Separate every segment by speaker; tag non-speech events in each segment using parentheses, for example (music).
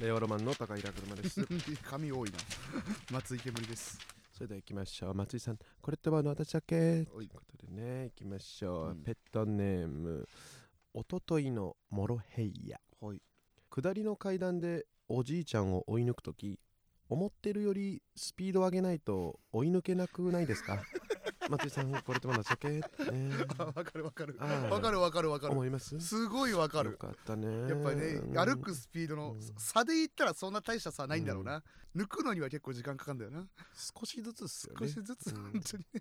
Speaker 1: 令和ロマンの高井田車
Speaker 2: (laughs)
Speaker 1: です。
Speaker 2: 髪多いな松井煙です
Speaker 1: それでは行きましょう。松井さん、これってばの私だっけと
Speaker 2: お
Speaker 1: い
Speaker 2: いう
Speaker 1: ことでね、行きましょう。
Speaker 2: うん
Speaker 1: ペットネーム、おとといのモロヘイヤ。
Speaker 2: はい
Speaker 1: 下りの階段でおじいちゃんを追い抜くとき、思ってるよりスピード上げないと追い抜けなくないです
Speaker 2: (laughs)
Speaker 1: か松井さん、これってばの私だっけ、ね、
Speaker 2: あ (laughs) わかるわかる
Speaker 1: あー
Speaker 2: わかるわかるわかる
Speaker 1: 思います
Speaker 2: すごいわか
Speaker 1: よ
Speaker 2: る
Speaker 1: かったね。
Speaker 2: やっぱりね
Speaker 1: うん
Speaker 2: 歩くスピードの
Speaker 1: うん
Speaker 2: 差で言ったらそんな大した差ないんだろうな抜くのには結構時間かかるんだよな
Speaker 1: 少しずつっすよ
Speaker 2: 少
Speaker 1: ね
Speaker 2: し。ずつ
Speaker 1: うん
Speaker 2: 本当に (laughs) ね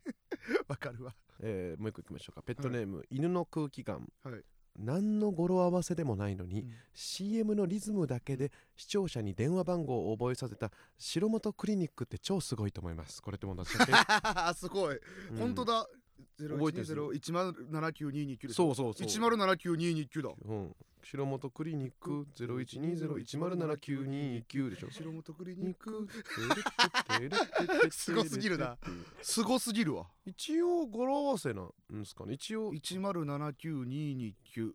Speaker 2: わか
Speaker 1: (laughs)
Speaker 2: るわ
Speaker 1: えーもう一個いきましょうか。ペットネーム、犬の空気感。
Speaker 2: はい
Speaker 1: 何の語呂合わせでもないのに、
Speaker 2: うん
Speaker 1: CM のリズムだけで視聴者に電話番号を覚えさせた城本クリニックって超すごいと思いますこれってもう私だけ、
Speaker 2: (laughs) あすごい
Speaker 1: うん
Speaker 2: 本当だ
Speaker 1: 覚えてる
Speaker 2: 0120 1079229でしょ
Speaker 1: そうそうそう、
Speaker 2: 1079229だ
Speaker 1: うん、城本クリニック0120107929でしょ
Speaker 2: 白本クリニック
Speaker 1: 肉す
Speaker 2: (laughs) すごすぎるなすごすぎるわ
Speaker 1: (laughs) 一応語呂合わせなんですかね一応
Speaker 2: 1079229
Speaker 1: 929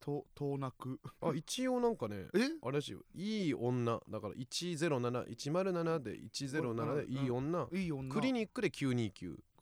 Speaker 2: と遠なく
Speaker 1: あ一応なんかね
Speaker 2: え
Speaker 1: あれらしいよいい女だから107107で107でいい女、
Speaker 2: いい女
Speaker 1: クリニックで929、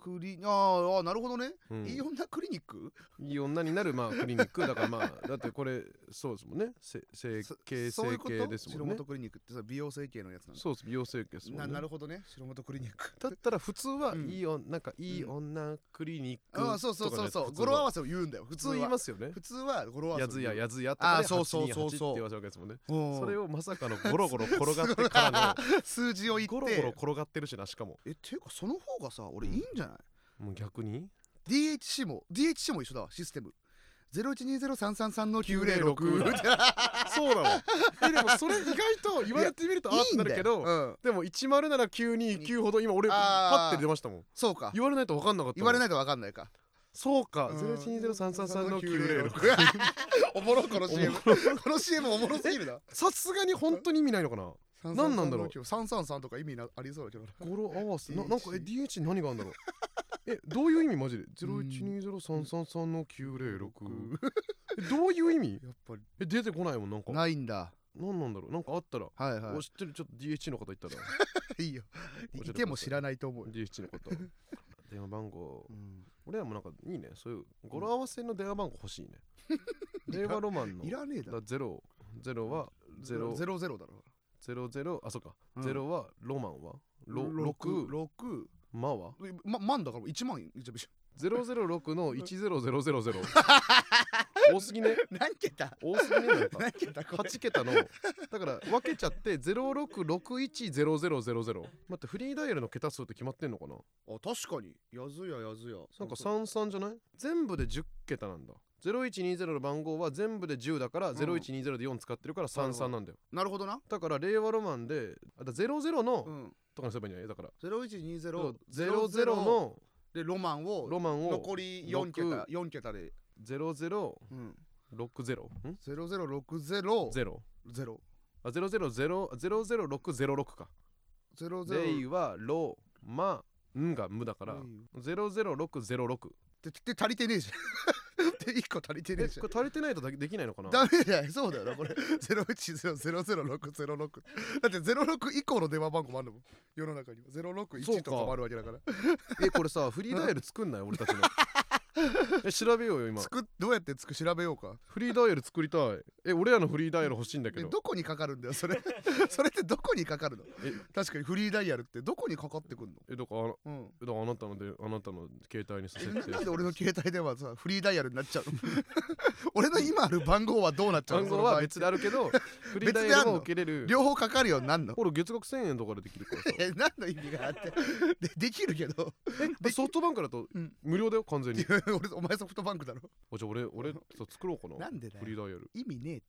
Speaker 2: クリあーあーなるほどね、
Speaker 1: うん
Speaker 2: いい女クリニック
Speaker 1: いい女になるまあクリニックだからまあだってこれそうですもんねせ整
Speaker 2: そ
Speaker 1: 形
Speaker 2: そう
Speaker 1: 整
Speaker 2: いうこと
Speaker 1: 形ですもんね
Speaker 2: 白本クリニックってさ美容整形のやつなんだ
Speaker 1: そうです美容整形ですも
Speaker 2: なんな
Speaker 1: ね
Speaker 2: るほどね白本
Speaker 1: (laughs)
Speaker 2: クリニック
Speaker 1: だったら普通は
Speaker 2: うん
Speaker 1: いい女なんかいい女クリニック
Speaker 2: ああそうそうそうそう
Speaker 1: とか
Speaker 2: 語
Speaker 1: の
Speaker 2: 呂合
Speaker 1: や
Speaker 2: わせを言う言うんだよ普
Speaker 1: つ普通
Speaker 2: 通
Speaker 1: 言い
Speaker 2: は
Speaker 1: ますよね
Speaker 2: 普通は語呂合わせ
Speaker 1: やずややずやと
Speaker 2: あ
Speaker 1: か
Speaker 2: あ
Speaker 1: で
Speaker 2: そうそう
Speaker 1: 828
Speaker 2: そうそう
Speaker 1: って言わせるわけですもんね
Speaker 2: そ
Speaker 1: それ
Speaker 2: れを
Speaker 1: をまさかのゴロゴロ転がってから
Speaker 2: (laughs) 数字を言っ
Speaker 1: の
Speaker 2: て
Speaker 1: ゴロゴロ転がってるしなしかも
Speaker 2: えていうかその方がさ俺
Speaker 1: う
Speaker 2: い
Speaker 1: ん
Speaker 2: いんじゃない、
Speaker 1: もう逆に
Speaker 2: DHC も DHC も一緒だわシステム0120333の906 (laughs)
Speaker 1: そうなのえでもそれ意外と言われてみるとあーってなるけど
Speaker 2: うん、
Speaker 1: でも107929ほど今俺パ
Speaker 2: あー
Speaker 1: ッて出ましたもん
Speaker 2: そうか
Speaker 1: 言われないと分かんなかった
Speaker 2: 言われないいと分かんないか
Speaker 1: そうか
Speaker 2: うん
Speaker 1: 012033の906
Speaker 2: おもろこの CM
Speaker 1: お
Speaker 2: この CM おもろすぎるな
Speaker 1: さすがに本当に意味ないのかな何なんだろう
Speaker 2: 333とか意味なありそうだけど
Speaker 1: 語
Speaker 2: な
Speaker 1: 呂合わせな
Speaker 2: DH
Speaker 1: なんかえ DH 何があるんだろう (laughs) えどういう意味マジで
Speaker 2: うん
Speaker 1: 012033の906えどういう意味
Speaker 2: やっぱり
Speaker 1: え出てこないもんなんか
Speaker 2: ないんだ
Speaker 1: 何なんだろうなんかあったら
Speaker 2: はいは
Speaker 1: お知ってるちょっと DH の方いたら
Speaker 2: いいいよ
Speaker 1: 教えてくださ
Speaker 2: い
Speaker 1: い
Speaker 2: ても知らないと思うよ、
Speaker 1: DH
Speaker 2: (laughs)
Speaker 1: の方電話番号
Speaker 2: うん
Speaker 1: 俺らもなんかいいねそういう語呂合わせの電話番号欲しいね令和ロマンの
Speaker 2: いらねえ
Speaker 1: だ
Speaker 2: だろ
Speaker 1: ゼロゼロはゼロ
Speaker 2: ゼロゼロだろ
Speaker 1: ゼロゼロあそうか、
Speaker 2: うん
Speaker 1: ゼロはロマンはろ
Speaker 2: 六
Speaker 1: 六
Speaker 2: 六
Speaker 1: マは
Speaker 2: ま万だから一万いっちゃうでしょ
Speaker 1: ゼロゼロ六の一ゼロゼロゼロゼロ多すぎね
Speaker 2: (laughs) 何桁
Speaker 1: 多すぎねなんか
Speaker 2: 何桁これ
Speaker 1: 8桁のだから分けちゃって06610000待ってフリーダイヤルの桁数って決まってんのかな
Speaker 2: あ確かにやずややずや
Speaker 1: なんか33じゃない全部で10桁なんだ0120の番号は全部で10だから
Speaker 2: ん
Speaker 1: 0120で4使ってるから33なんだよ
Speaker 2: なるほどな
Speaker 1: だから令和ロマンであだ00の
Speaker 2: うん
Speaker 1: とかにすればいいんじゃないだから
Speaker 2: 0120
Speaker 1: 00の
Speaker 2: でロマンを
Speaker 1: ロマンを
Speaker 2: 残り四桁四桁で
Speaker 1: 0060
Speaker 2: うん
Speaker 1: ん
Speaker 2: ゼロゼロ六ゼロ
Speaker 1: ゼロ
Speaker 2: ゼロ
Speaker 1: あ000606か
Speaker 2: ゼロゼロ
Speaker 1: 令和ロマンが無だから00606
Speaker 2: でで足りてねえじゃん (laughs) で一個足りてね
Speaker 1: え
Speaker 2: え
Speaker 1: こ
Speaker 2: じゃん
Speaker 1: れ足りてないとだけできないのかな
Speaker 2: ダメだよそうだよなこれ0100606だって06以降の電話番号もあるのもん世の中には
Speaker 1: そう
Speaker 2: 061
Speaker 1: か
Speaker 2: とかもあるわけだから
Speaker 1: えこれさフリーダイヤル作んない俺たち
Speaker 2: (laughs)
Speaker 1: のえ調べようよ今
Speaker 2: つくどうやってつく調べようか
Speaker 1: フリーダイヤル作りたいえ俺らのフリーダイヤル欲しいんだけ
Speaker 2: で
Speaker 1: ど
Speaker 2: どこにかかるんだよそれそれってどこにかかるの
Speaker 1: え
Speaker 2: 確かにフリーダイヤルってどこにかかってくんの
Speaker 1: えだからあな
Speaker 2: うん
Speaker 1: だからあなたのであなたの携帯にさせて
Speaker 2: ななんで俺の携帯電話さフリーダイヤルになっちゃうの (laughs) 俺の今ある番号はどうなっちゃう
Speaker 1: (laughs) 番
Speaker 2: の
Speaker 1: 号は
Speaker 2: その場合
Speaker 1: 別であるけどフリーダイヤルも受けれる
Speaker 2: 両方かかるようになんの (laughs)
Speaker 1: ほら月額1000円とかでできるからさ
Speaker 2: え何の意味があって (laughs) でできるけど (laughs)
Speaker 1: えソフトバンクだと
Speaker 2: うん
Speaker 1: 無料だよ完全に
Speaker 2: 俺お前ソフトバンクだろ
Speaker 1: あじゃあ俺俺さ作ろうかな
Speaker 2: なんでだよ
Speaker 1: フリーダイヤル
Speaker 2: 意味ねえって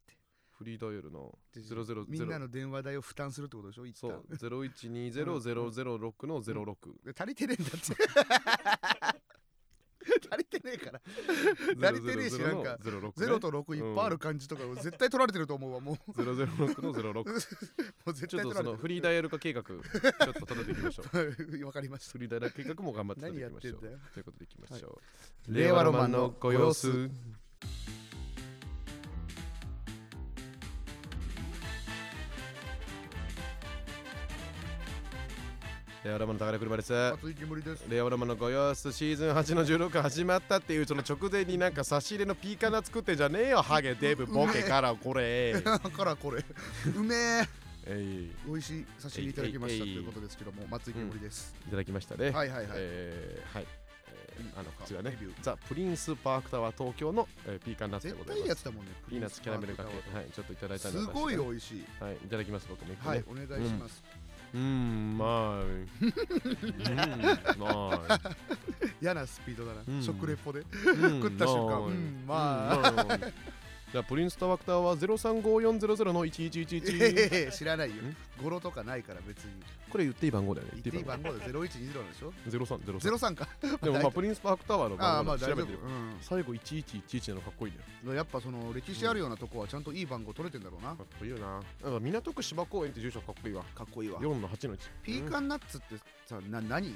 Speaker 1: フリーダイヤルな
Speaker 2: で
Speaker 1: ゼロゼロ
Speaker 2: み
Speaker 1: ゼ
Speaker 2: ん
Speaker 1: ロ
Speaker 2: なの電話代を負担するってことでしょ一
Speaker 1: そ
Speaker 2: 旦
Speaker 1: うゼロ一二ゼロゼロゼロ六のゼロ
Speaker 2: (laughs)
Speaker 1: 六
Speaker 2: で足りてねえんだって
Speaker 1: (laughs)
Speaker 2: 足りてねえから足りてねえしなんか
Speaker 1: ゼロ六
Speaker 2: 0と6いっぱいあ
Speaker 1: う
Speaker 2: る感じとか絶対取られてると思うわもうも
Speaker 1: ゼロゼロ六のゼロ六
Speaker 2: う絶
Speaker 1: ちょっと
Speaker 2: 対取ら
Speaker 1: そ
Speaker 2: れ
Speaker 1: の
Speaker 2: て
Speaker 1: フリーダイヤル化計
Speaker 2: (laughs)
Speaker 1: 画ちょっと立てていきましょう
Speaker 2: る (laughs) わかりました
Speaker 1: フリーダイヤル化計画も頑張って立て
Speaker 2: 何
Speaker 1: ていきまし
Speaker 2: やって
Speaker 1: ょ
Speaker 2: ん
Speaker 1: う
Speaker 2: だよ
Speaker 1: ということでいきましょう、
Speaker 2: い令和ロマンのご様子
Speaker 1: レアロマンの流れ車です
Speaker 2: 熱い煙です (laughs)
Speaker 1: レオロマンのご様子シーズン8の16が始まったっていうその直前になんか差し入れのピーカーナ作ってんじゃねえよハゲデブボケからこ
Speaker 2: (laughs)
Speaker 1: れ
Speaker 2: だからこれうめえ
Speaker 1: え
Speaker 2: 美味しい刺身いただきました
Speaker 1: え
Speaker 2: と
Speaker 1: いえい
Speaker 2: いうことですけども松井けもりです、
Speaker 1: いいただきましたね
Speaker 2: はいはいはい、
Speaker 1: えーはいえーあのこちらね
Speaker 2: レビュー
Speaker 1: ザ・プリンスパークタワー東京の、えーピーカーナッツで
Speaker 2: 絶
Speaker 1: ござ
Speaker 2: 対
Speaker 1: い
Speaker 2: いい
Speaker 1: ま
Speaker 2: や
Speaker 1: す
Speaker 2: つだもんね
Speaker 1: ピーナッツキャラメルかけはいちょっといただいたん
Speaker 2: す
Speaker 1: で
Speaker 2: ごい美味しい
Speaker 1: 私ねはいいただきます僕も一個ね
Speaker 2: はいお願いします、
Speaker 1: うーんまあうんまあ
Speaker 2: 嫌なスピードだな、
Speaker 1: うん
Speaker 2: 食レポで
Speaker 1: (laughs) 食
Speaker 2: 食った瞬間うんまあ
Speaker 1: じゃあプリンスタワクターは035400の (laughs)
Speaker 2: いやい
Speaker 1: 1111
Speaker 2: やいや知らないよ
Speaker 1: ん
Speaker 2: 語呂とかないから別に
Speaker 1: これ言っていい番号だよね
Speaker 2: 言っていい番号で0120なんでしょ
Speaker 1: 0303
Speaker 2: 03か
Speaker 1: でもまあプリンスパークタワーの
Speaker 2: ああ
Speaker 1: 番
Speaker 2: ま
Speaker 1: 号
Speaker 2: あ
Speaker 1: で調
Speaker 2: 大丈
Speaker 1: べ
Speaker 2: 夫
Speaker 1: てる最後1111なのかっこいいね
Speaker 2: うんやっぱその歴史あるようなとこはちゃんといい番号取れてんだろうな
Speaker 1: かっこいいよななんか港区芝公園って住所かっこいいわ
Speaker 2: かっこいいわ
Speaker 1: 4の8の1
Speaker 2: ピーカンナッツってさな何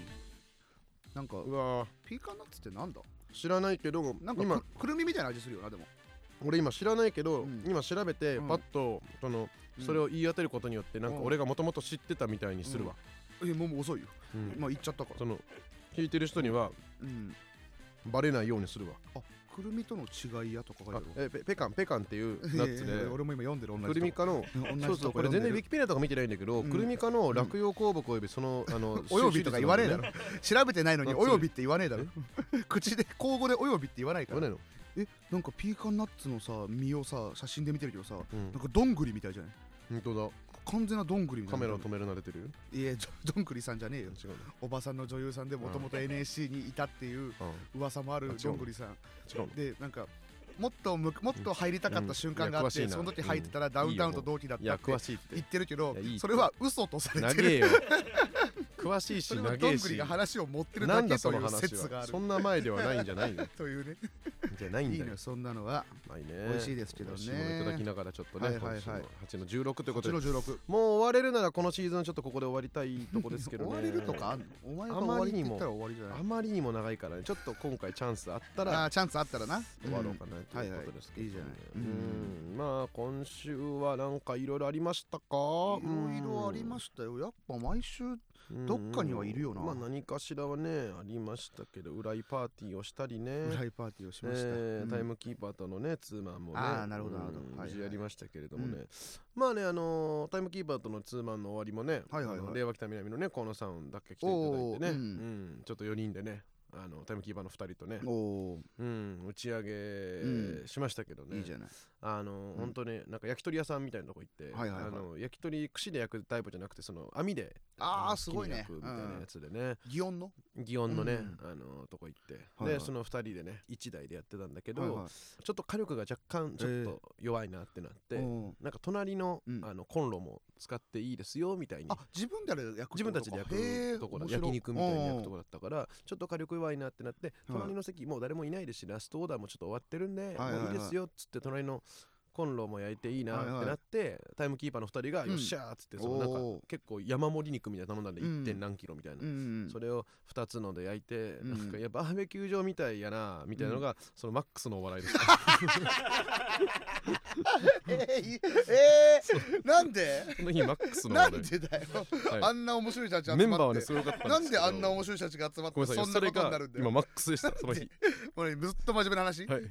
Speaker 2: なんか
Speaker 1: うんうわ
Speaker 2: ピーカンナッツってなんだ
Speaker 1: ー知らないけど
Speaker 2: なんか
Speaker 1: 今
Speaker 2: くくるみみたいな味するよなでも
Speaker 1: 俺今知らないけど
Speaker 2: うん
Speaker 1: 今調べて
Speaker 2: うん
Speaker 1: パッとその
Speaker 2: うん
Speaker 1: それを言い当てることによってなんか
Speaker 2: うん
Speaker 1: 俺がもともと知ってたみたいにするわ
Speaker 2: えもうもう遅いよ
Speaker 1: うん
Speaker 2: まあ行っちゃったから
Speaker 1: その聞いてる人には
Speaker 2: うん
Speaker 1: バレないようにするわ
Speaker 2: あくるみとの違いやとか書い
Speaker 1: あ
Speaker 2: てある
Speaker 1: えペペカンペカンっていう
Speaker 2: (laughs) い
Speaker 1: ナ
Speaker 2: や
Speaker 1: ッツ
Speaker 2: いやいや
Speaker 1: で
Speaker 2: 俺も今読んでる同じ
Speaker 1: クルミ科
Speaker 2: とこ
Speaker 1: の
Speaker 2: 同じ
Speaker 1: そうそう
Speaker 2: とこ
Speaker 1: これ全然ウィ
Speaker 2: 読んでる
Speaker 1: キペディアとか見てないんだけど、
Speaker 2: うん
Speaker 1: クルミ科の落葉鉱木およびその、あ
Speaker 2: (laughs)
Speaker 1: の
Speaker 2: およびとか言わね
Speaker 1: (laughs)
Speaker 2: えだろ
Speaker 1: シ
Speaker 2: (laughs) 調べてないのに
Speaker 1: うん
Speaker 2: およびって言わね
Speaker 1: (laughs)
Speaker 2: えだろ口で口語でおよびって言わない
Speaker 1: リーズ
Speaker 2: か
Speaker 1: 言わな
Speaker 2: ら
Speaker 1: いの、
Speaker 2: えなんかピーカンナッツのさ実をさ写真で見てるけどさな
Speaker 1: うん
Speaker 2: (laughs)
Speaker 1: ん、
Speaker 2: かどんぐりみたいじゃない
Speaker 1: 本当
Speaker 2: 完全などんぐりみ
Speaker 1: だ
Speaker 2: た
Speaker 1: カメ
Speaker 2: いな
Speaker 1: ラを止めるな出てる
Speaker 2: いやどど (laughs) んぐりさんじゃねえ
Speaker 1: 違う
Speaker 2: よ
Speaker 1: の、
Speaker 2: おばさんの女優さんでもともと NSC にいたっていう
Speaker 1: うん、
Speaker 2: 噂もあ
Speaker 1: あ
Speaker 2: る
Speaker 1: 違う
Speaker 2: どんぐりさん
Speaker 1: 違うの
Speaker 2: でなんかもっとむもっと入りたかった瞬間があっ
Speaker 1: い
Speaker 2: て
Speaker 1: や詳しいな
Speaker 2: その時入ってたらダウンタウンと同期だっ
Speaker 1: い
Speaker 2: た
Speaker 1: や
Speaker 2: って
Speaker 1: 詳しいっ
Speaker 2: 言
Speaker 1: て
Speaker 2: ってるけど
Speaker 1: いやいいって
Speaker 2: それは嘘とされ
Speaker 1: 長
Speaker 2: てる
Speaker 1: え
Speaker 2: (laughs)
Speaker 1: よ詳しいし
Speaker 2: それは
Speaker 1: 長
Speaker 2: どん
Speaker 1: え
Speaker 2: ぐり
Speaker 1: し
Speaker 2: が話を持ってる
Speaker 1: な
Speaker 2: だ
Speaker 1: ん
Speaker 2: け
Speaker 1: だ
Speaker 2: と
Speaker 1: そ
Speaker 2: い
Speaker 1: の
Speaker 2: う
Speaker 1: 話
Speaker 2: 説があ
Speaker 1: は
Speaker 2: る
Speaker 1: そんな前ではないんじゃないの
Speaker 2: というね
Speaker 1: じゃないん
Speaker 2: いい
Speaker 1: だ
Speaker 2: の
Speaker 1: よ
Speaker 2: よそんなのは
Speaker 1: まあいいね
Speaker 2: 美味しいですけどね
Speaker 1: 美味しいものいただきながらちょっとね、
Speaker 2: はいはいはい
Speaker 1: 8の16という
Speaker 2: こ
Speaker 1: こ
Speaker 2: っち
Speaker 1: とで
Speaker 2: の16
Speaker 1: もう終われるならこのシーズンちょっとここで終わりたいとこですけ
Speaker 2: 終
Speaker 1: どね
Speaker 2: われるとかあんのお前が
Speaker 1: あ
Speaker 2: 終
Speaker 1: ま
Speaker 2: わり
Speaker 1: りに
Speaker 2: って言
Speaker 1: も
Speaker 2: ったら終わりじゃない
Speaker 1: あまりにも長いからねちょっと今回チャンスあったら
Speaker 2: あーチャンスあったらな
Speaker 1: 終わろうかなということですけど、ね
Speaker 2: はいはいいいじゃ
Speaker 1: う
Speaker 2: ない
Speaker 1: んまあ今週はなんかいろいろありましたかい
Speaker 2: いろいろありましたよやっぱ毎週どっかにはいるよな
Speaker 1: まあ何かしらはねありましたけど裏いパーティーをしたりね
Speaker 2: ライパーティーをしました、
Speaker 1: えー
Speaker 2: うん
Speaker 1: タイムキーパーとのねツーマンもね
Speaker 2: あーなるほどなるほど
Speaker 1: うん
Speaker 2: はいはい
Speaker 1: 無事やりましたけれどもね、まあねあのータイムキーパーとのツーマンの終わりもね、
Speaker 2: はいはいはい
Speaker 1: あの令和北南のね河野さんだけ来ていただいてね、
Speaker 2: おー
Speaker 1: う
Speaker 2: う
Speaker 1: んんちょっと4人でねあのタイムキーパーの2人とね、
Speaker 2: お
Speaker 1: うん、打ち上
Speaker 2: う
Speaker 1: げしましたけどね、
Speaker 2: ーいいじゃない
Speaker 1: あの、
Speaker 2: ん
Speaker 1: 本当ねなんか焼き鳥屋さんみたいなとこ行って、
Speaker 2: はいはいはい
Speaker 1: あの焼き鳥串で焼くタイプじゃなくてその網で
Speaker 2: あ
Speaker 1: の
Speaker 2: あすごいね
Speaker 1: 木に焼くみたいなやつでね、
Speaker 2: 擬音の
Speaker 1: 祇園のね、
Speaker 2: うん
Speaker 1: あのとこ行って、
Speaker 2: はいは
Speaker 1: で
Speaker 2: い
Speaker 1: その2人でね1台でやってたんだけど、
Speaker 2: はいはい
Speaker 1: ちょっと火力が若干ちょっと弱いなってなって、
Speaker 2: うん
Speaker 1: なんか隣の,、
Speaker 2: うん
Speaker 1: あのコンロも使っていいですよみたいに
Speaker 2: あ自分たちで焼く
Speaker 1: 自分たちで焼くところ焼肉みたいに焼くところだったからちょっと火力弱いなってなって隣の席もう誰もいないですしラストオーダーもちょっと終わってるんで
Speaker 2: はいはいはい
Speaker 1: もういいですよっつって隣のコンロも焼いていいなってなってタイムキーパーの2人が
Speaker 2: うん
Speaker 1: よっしゃーっつってそのなんか
Speaker 2: おー
Speaker 1: 結構山盛り肉みたいなの頼んだんで
Speaker 2: う
Speaker 1: 1.
Speaker 2: ん
Speaker 1: 何キロみたいな
Speaker 2: うんうん
Speaker 1: それを2つので焼いて
Speaker 2: ん
Speaker 1: なんかいやバーベキュー場みたいやなみたいなのがそのマックスのお笑いです
Speaker 2: えーいえーなんで
Speaker 1: その日マックスの
Speaker 2: な
Speaker 1: 話
Speaker 2: ん
Speaker 1: 題
Speaker 2: でだよ
Speaker 1: はい
Speaker 2: あんな面白い人たち集まっ
Speaker 1: メ
Speaker 2: て
Speaker 1: ンバーはねすごかったんですけど
Speaker 2: なんであんな面白い人たちが集まっ
Speaker 1: ごめ
Speaker 2: て
Speaker 1: んな
Speaker 2: そ
Speaker 1: さいそれ
Speaker 2: んなことに
Speaker 1: が
Speaker 2: なるんだ
Speaker 1: 今
Speaker 2: よ
Speaker 1: マックスでしたその日
Speaker 2: 俺ずっと真面目な話
Speaker 1: はい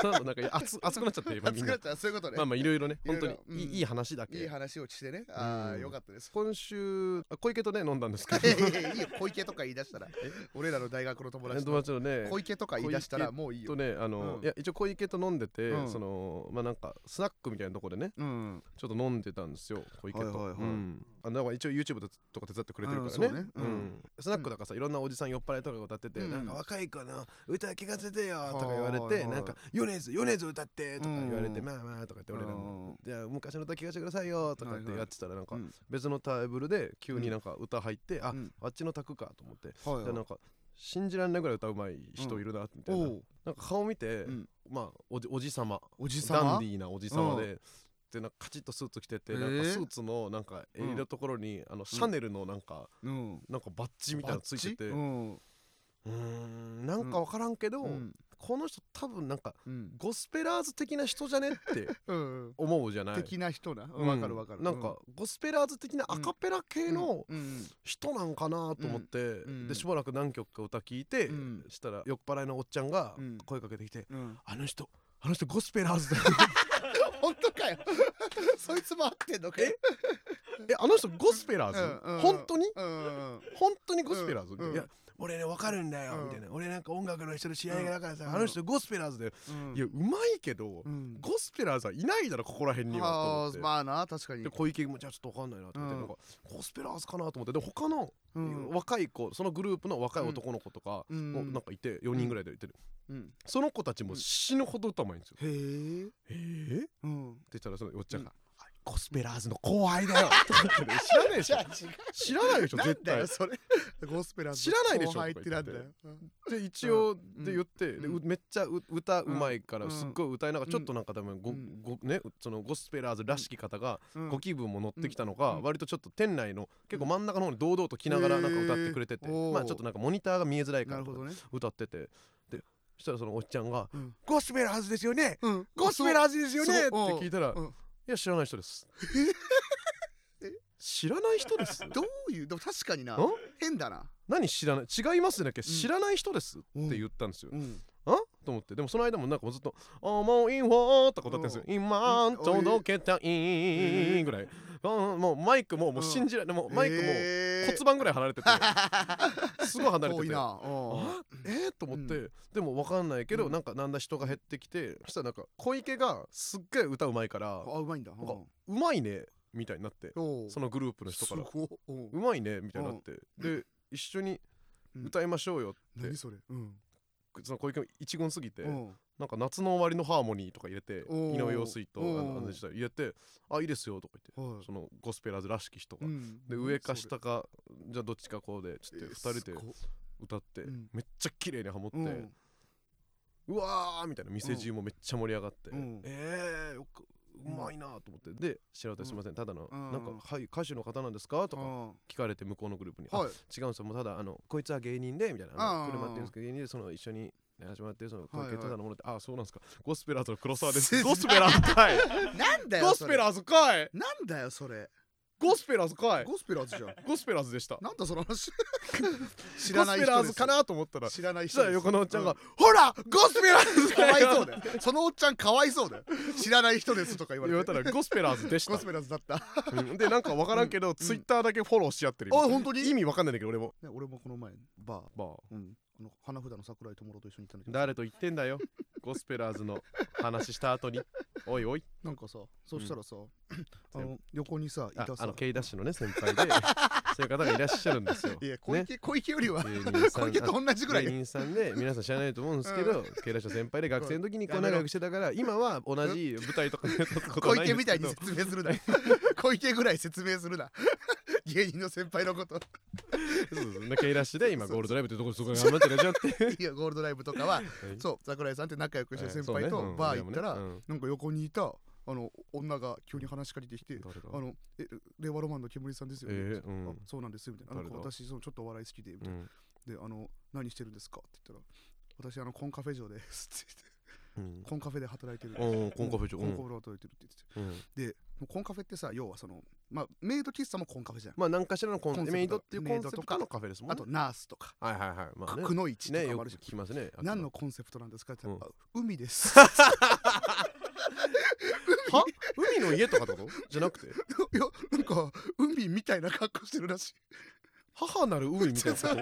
Speaker 1: その後なんかいや熱熱くなっちゃって今み
Speaker 2: 熱
Speaker 1: ん
Speaker 2: くな
Speaker 1: な
Speaker 2: っちゃうそういうことね
Speaker 1: まあまあいろいろね
Speaker 2: いろい
Speaker 1: 本
Speaker 2: ろ
Speaker 1: 当にいい,、
Speaker 2: うん
Speaker 1: いい話だけ
Speaker 2: いい話をしてねああ
Speaker 1: うん
Speaker 2: よかったです (laughs)
Speaker 1: 今週あ小池とね飲んだんですけど
Speaker 2: いやいやいいよ小池とか言い出したら俺らの大学の友達
Speaker 1: 友
Speaker 2: と
Speaker 1: 達のね
Speaker 2: 小池とか言い出したらもういいよ
Speaker 1: とねあの、
Speaker 2: うん
Speaker 1: いや一応小池と飲んでて、
Speaker 2: うん
Speaker 1: そのまあなんかスナックみたいなとこでね
Speaker 2: うん
Speaker 1: ちょっと飲んでたんですよ小池と、
Speaker 2: はいはいはい
Speaker 1: うんあなんか一応 YouTube とか手伝ってくれてるから
Speaker 2: う
Speaker 1: ね,、
Speaker 2: んそうねうん
Speaker 1: スナックだからさいろんなおじさん酔っ払いとかが歌ってて、
Speaker 2: うん
Speaker 1: なんか若い子の歌聞かせてよとか言われて、
Speaker 2: はいはい
Speaker 1: なんか米津米津歌ってとか言われて、
Speaker 2: うん
Speaker 1: まあまあとか言って俺らも
Speaker 2: うん
Speaker 1: じゃあ昔の歌聞かせてくださいよとかってやってたらなんか
Speaker 2: うん
Speaker 1: 別のタイブルで急になんか歌入って、あ
Speaker 2: うん
Speaker 1: あっちの卓かと思って、
Speaker 2: はいはい
Speaker 1: でなんか信じられないぐらい歌うまい人いるなみたいな、
Speaker 2: おう
Speaker 1: なんか顔見て、
Speaker 2: うん
Speaker 1: まあおじおじさま
Speaker 2: おじさ
Speaker 1: ダ
Speaker 2: ま
Speaker 1: ンディーなおじさまで、でなんかカチッとスーツ着てて、なんか
Speaker 2: えー
Speaker 1: スーツのなんか
Speaker 2: うん
Speaker 1: 襟のところに、あのシャネルのなんか、
Speaker 2: うん
Speaker 1: なんかバッジみたいなのついてて
Speaker 2: バッチうん
Speaker 1: うーんなんかわからんけど、
Speaker 2: うん
Speaker 1: この人多分なんか
Speaker 2: うん
Speaker 1: ゴスペラーズ的な人じゃねって
Speaker 2: うんうん
Speaker 1: 思うじゃない
Speaker 2: 的な人な
Speaker 1: うん
Speaker 2: わかるわかる
Speaker 1: なんかゴスペラーズ的なアカペラ系の
Speaker 2: うんうん
Speaker 1: 人なんかなと思って、
Speaker 2: ん
Speaker 1: でしばらく何曲か歌聞いて、
Speaker 2: うん
Speaker 1: したら酔っ払いのおっちゃんが
Speaker 2: うん
Speaker 1: 声かけてきて「
Speaker 2: うんうん
Speaker 1: あの人あの人ゴスペラーズ
Speaker 2: (laughs)
Speaker 1: だよ
Speaker 2: 本
Speaker 1: (laughs)
Speaker 2: 当かよそいつも合ってんのかよ
Speaker 1: えあの人ゴスペラーズ、
Speaker 2: うんうん
Speaker 1: 本当に
Speaker 2: うん
Speaker 1: 本当にゴスペラーズ、
Speaker 2: うん
Speaker 1: いや俺ね分かるんだよ、
Speaker 2: うん
Speaker 1: みたいな俺なんか音楽の人の知り合いがだからさ、
Speaker 2: うん
Speaker 1: あの人ゴスペラーズだよ、
Speaker 2: うん
Speaker 1: いやうまいけど、
Speaker 2: うん
Speaker 1: ゴスペラーズはいないだろここら辺にはと思
Speaker 2: あ
Speaker 1: って、
Speaker 2: ーまあな確かに
Speaker 1: で小池もじゃあちょっと分かんないなと思って、
Speaker 2: う
Speaker 1: な
Speaker 2: ん
Speaker 1: んかゴスペラーズかなと思ってで他の、
Speaker 2: うん
Speaker 1: 若い子そのグループの若い男の子とか、
Speaker 2: うん
Speaker 1: もうなんかいて4人ぐらいでいてる、
Speaker 2: うん
Speaker 1: その子たちも死ぬほど歌うまいんですよ、
Speaker 2: へえ
Speaker 1: ええって
Speaker 2: うん
Speaker 1: 言ったらそのおっちゃんが、
Speaker 2: う
Speaker 1: あゴスペラーズの後輩だよとか言ってね知らないでし
Speaker 2: じ
Speaker 1: ょ
Speaker 2: ゃあ違う
Speaker 1: 知らないでしょ
Speaker 2: なん
Speaker 1: 絶
Speaker 2: だ
Speaker 1: 対
Speaker 2: よそれゴスペラーズ
Speaker 1: 知らないでしょ
Speaker 2: 後輩ってなんだよ
Speaker 1: とで一応で言って、
Speaker 2: ん
Speaker 1: で
Speaker 2: うん
Speaker 1: うめっちゃう歌うまいから
Speaker 2: うん
Speaker 1: すっごい歌いながら
Speaker 2: うん
Speaker 1: ちょっとなんか多分ご、
Speaker 2: うん
Speaker 1: ごねそのゴスペラーズらしき方が
Speaker 2: うん
Speaker 1: ご気分も乗ってきたのか、
Speaker 2: うん
Speaker 1: 割とちょっと店内の結構真ん中の方に堂々と来ながらなんか歌ってくれてて、
Speaker 2: へー
Speaker 1: まあちょっとなんかモニターが見えづらいか
Speaker 2: な
Speaker 1: ら
Speaker 2: る
Speaker 1: と
Speaker 2: ほ
Speaker 1: か
Speaker 2: どね
Speaker 1: 歌っててでそしたらそのおっちゃんが
Speaker 2: うん
Speaker 1: 「ゴスペラーズですよね
Speaker 2: うん
Speaker 1: ゴスペラーズですよね!」って
Speaker 2: そう
Speaker 1: 聞いたら「い
Speaker 2: うん
Speaker 1: や知らない人 (laughs) です」知らない人です
Speaker 2: どういうでも確かになん変だな
Speaker 1: 何知らない違いますねだっけ
Speaker 2: ん
Speaker 1: 知らない人です」
Speaker 2: うん
Speaker 1: って言ったんですよ
Speaker 2: うん
Speaker 1: あと思ってでもその間もなんかもうずっと「あもういいわ」とか歌ってんですよ「今
Speaker 2: うん
Speaker 1: 届けたい」ぐらい、うんもうマイクももう
Speaker 2: うん
Speaker 1: 信じられないもうマイクも
Speaker 2: えー
Speaker 1: 骨盤ぐらい離れてて
Speaker 2: (laughs)
Speaker 1: すごい離れて
Speaker 2: 遠い
Speaker 1: て。
Speaker 2: なうん
Speaker 1: あえー、と思って、
Speaker 2: う
Speaker 1: でも分かんないけど、
Speaker 2: うん
Speaker 1: なんかなんだ人が減ってきてそしたらなんか小池がすっげえ歌うまいから
Speaker 2: あうまいんだ
Speaker 1: んか「うまいね」みたいになってそ
Speaker 2: そ
Speaker 1: のグループの人から「
Speaker 2: すごっうん
Speaker 1: うまいね」みたいになって、で一緒に歌いましょうよって、
Speaker 2: 何それうん
Speaker 1: その小池も一言すぎて、
Speaker 2: うん
Speaker 1: なんか夏の終わりのハーモニーとか入れて
Speaker 2: おー
Speaker 1: 井上陽水とあ
Speaker 2: おー
Speaker 1: の安全地帯入れて「あいいですよ」とか言っ
Speaker 2: は
Speaker 1: て
Speaker 2: い
Speaker 1: そのゴスペラーズらしき人が。
Speaker 2: うん
Speaker 1: で
Speaker 2: うん
Speaker 1: 上か
Speaker 2: それ
Speaker 1: 下かじゃあどっちかこうでちょっ
Speaker 2: えー
Speaker 1: と2人です
Speaker 2: ごっ
Speaker 1: 歌って
Speaker 2: うん
Speaker 1: めっちゃ綺麗にハモって
Speaker 2: うん
Speaker 1: うわーみたいな店中もめっちゃ盛り上がって
Speaker 2: うん
Speaker 1: えーよくうまいなと思ってで白田すいませんただの
Speaker 2: うん
Speaker 1: なんかはい歌手の方なんですかと
Speaker 2: う
Speaker 1: か
Speaker 2: ん
Speaker 1: 聞かれて向こうのグループにあ
Speaker 2: はい
Speaker 1: 違うんですよもうただあのこいつは芸人でみたいなあの
Speaker 2: うん
Speaker 1: 車っていうんですけど芸人でその一緒に始まってるその小
Speaker 2: はいは
Speaker 1: 池
Speaker 2: い
Speaker 1: とかのものってああそうなんですかゴスペラーズの黒沢です
Speaker 2: (laughs) す
Speaker 1: ゴスペラーズかい
Speaker 2: なんだよ
Speaker 1: ゴスペ
Speaker 2: ー
Speaker 1: ラーズかい
Speaker 2: なんだよそれ
Speaker 1: ゴスペラーズかい
Speaker 2: ゴスペラーズじゃん
Speaker 1: ゴスペラーズでした
Speaker 2: なんだその
Speaker 1: (laughs)
Speaker 2: 話知
Speaker 1: ゴ
Speaker 2: ら
Speaker 1: ス
Speaker 2: ない
Speaker 1: ペラ
Speaker 2: 人
Speaker 1: ー
Speaker 2: で
Speaker 1: ズ
Speaker 2: す
Speaker 1: かなと思ったら
Speaker 2: 知らない
Speaker 1: そしたら
Speaker 2: 人です
Speaker 1: 横のおっちゃんが
Speaker 2: う
Speaker 1: 「ほらゴスペラーズ
Speaker 2: かわいそう
Speaker 1: だよ (laughs)
Speaker 2: だよそのおっちゃんかわいそうだよ知らない人ですと (laughs) か言わ
Speaker 1: 言わ
Speaker 2: れ
Speaker 1: れ
Speaker 2: て
Speaker 1: たらゴスペラーズでし
Speaker 2: ゴ
Speaker 1: た
Speaker 2: スペラーズ
Speaker 1: (laughs)
Speaker 2: だった
Speaker 1: うんでなんかわからんけどツイッターだけフォローし合ってる
Speaker 2: あ
Speaker 1: 今
Speaker 2: 本当に
Speaker 1: 意味わかんないんだけど俺も
Speaker 2: ね俺もこの前バー
Speaker 1: まあ
Speaker 2: うんあの花札の桜井友郎と一緒に行ったんだけど
Speaker 1: 誰と言ってんだよゴスペラーズの話した後においおい
Speaker 2: なんかさそしたらさ (clears throat) あ
Speaker 1: 全
Speaker 2: の横にさい
Speaker 1: あ
Speaker 2: た
Speaker 1: あ
Speaker 2: さ
Speaker 1: の K ダッシュのね先輩
Speaker 2: (laughs)
Speaker 1: でそういう方がいらっしゃるんですよ
Speaker 2: いや小池小池よりは
Speaker 1: ね芸人さん
Speaker 2: (laughs) 小池と同じぐらい
Speaker 1: 芸人さんで皆さん知らないと思うんですけど、経営者先輩で学生の時にこう仲良くしてたから今は同じ舞台とかで立つことは
Speaker 2: 小
Speaker 1: ない
Speaker 2: 池
Speaker 1: んで
Speaker 2: み
Speaker 1: す
Speaker 2: た
Speaker 1: け
Speaker 2: いに
Speaker 1: ど
Speaker 2: 説明するな (laughs) 小池ぐらい説明するな (laughs) 芸人の先輩
Speaker 1: (laughs)
Speaker 2: のこと
Speaker 1: そうそうそう経営者で今ゴールドライブというところでそこで頑張ってらっしゃって
Speaker 2: いやゴールドライブとか
Speaker 1: (laughs)
Speaker 2: は
Speaker 1: はい
Speaker 2: そう桜井さんって仲良くしてる先
Speaker 1: はい
Speaker 2: 輩
Speaker 1: そうねう
Speaker 2: と
Speaker 1: ん
Speaker 2: バー行ったら
Speaker 1: 俺もね
Speaker 2: なんか横にいたあの女が急に話しかけてきて
Speaker 1: 誰だ
Speaker 2: あのえ令和ロマンの煙さんですよね、
Speaker 1: えーうん
Speaker 2: あそうなんですよみたいななんか
Speaker 1: 誰だ
Speaker 2: 私そのちょっとお笑い好きでみた
Speaker 1: う
Speaker 2: いな、
Speaker 1: ん
Speaker 2: であの何してるんですかって言ったら私あのコンカフェ嬢ですって言って
Speaker 1: うん
Speaker 2: コンカフェで働いてる
Speaker 1: うんコンカフェ嬢
Speaker 2: コンカ
Speaker 1: う
Speaker 2: フェで働いてるって言って
Speaker 1: うん
Speaker 2: てでコンカフェってさ要はそのまあメイド喫茶もコンカフェじゃん、
Speaker 1: まあ何かしらのコン
Speaker 2: コンセプト
Speaker 1: メイドっていうコンセプ
Speaker 2: メイドと
Speaker 1: ト
Speaker 2: か
Speaker 1: のカフェですもんね
Speaker 2: あとナースとか
Speaker 1: はいはいはいまあね
Speaker 2: 角の市と
Speaker 1: ね
Speaker 2: か
Speaker 1: よ
Speaker 2: もあ
Speaker 1: く
Speaker 2: るし、
Speaker 1: 聞きますね
Speaker 2: 何のコンセプトなんですかって言ったら、あ海です
Speaker 1: (laughs) は海の家とかってことじゃなく
Speaker 2: (laughs)
Speaker 1: て
Speaker 2: いやなんか海みたいな格好してるらしい
Speaker 1: 母なる海みたいなこと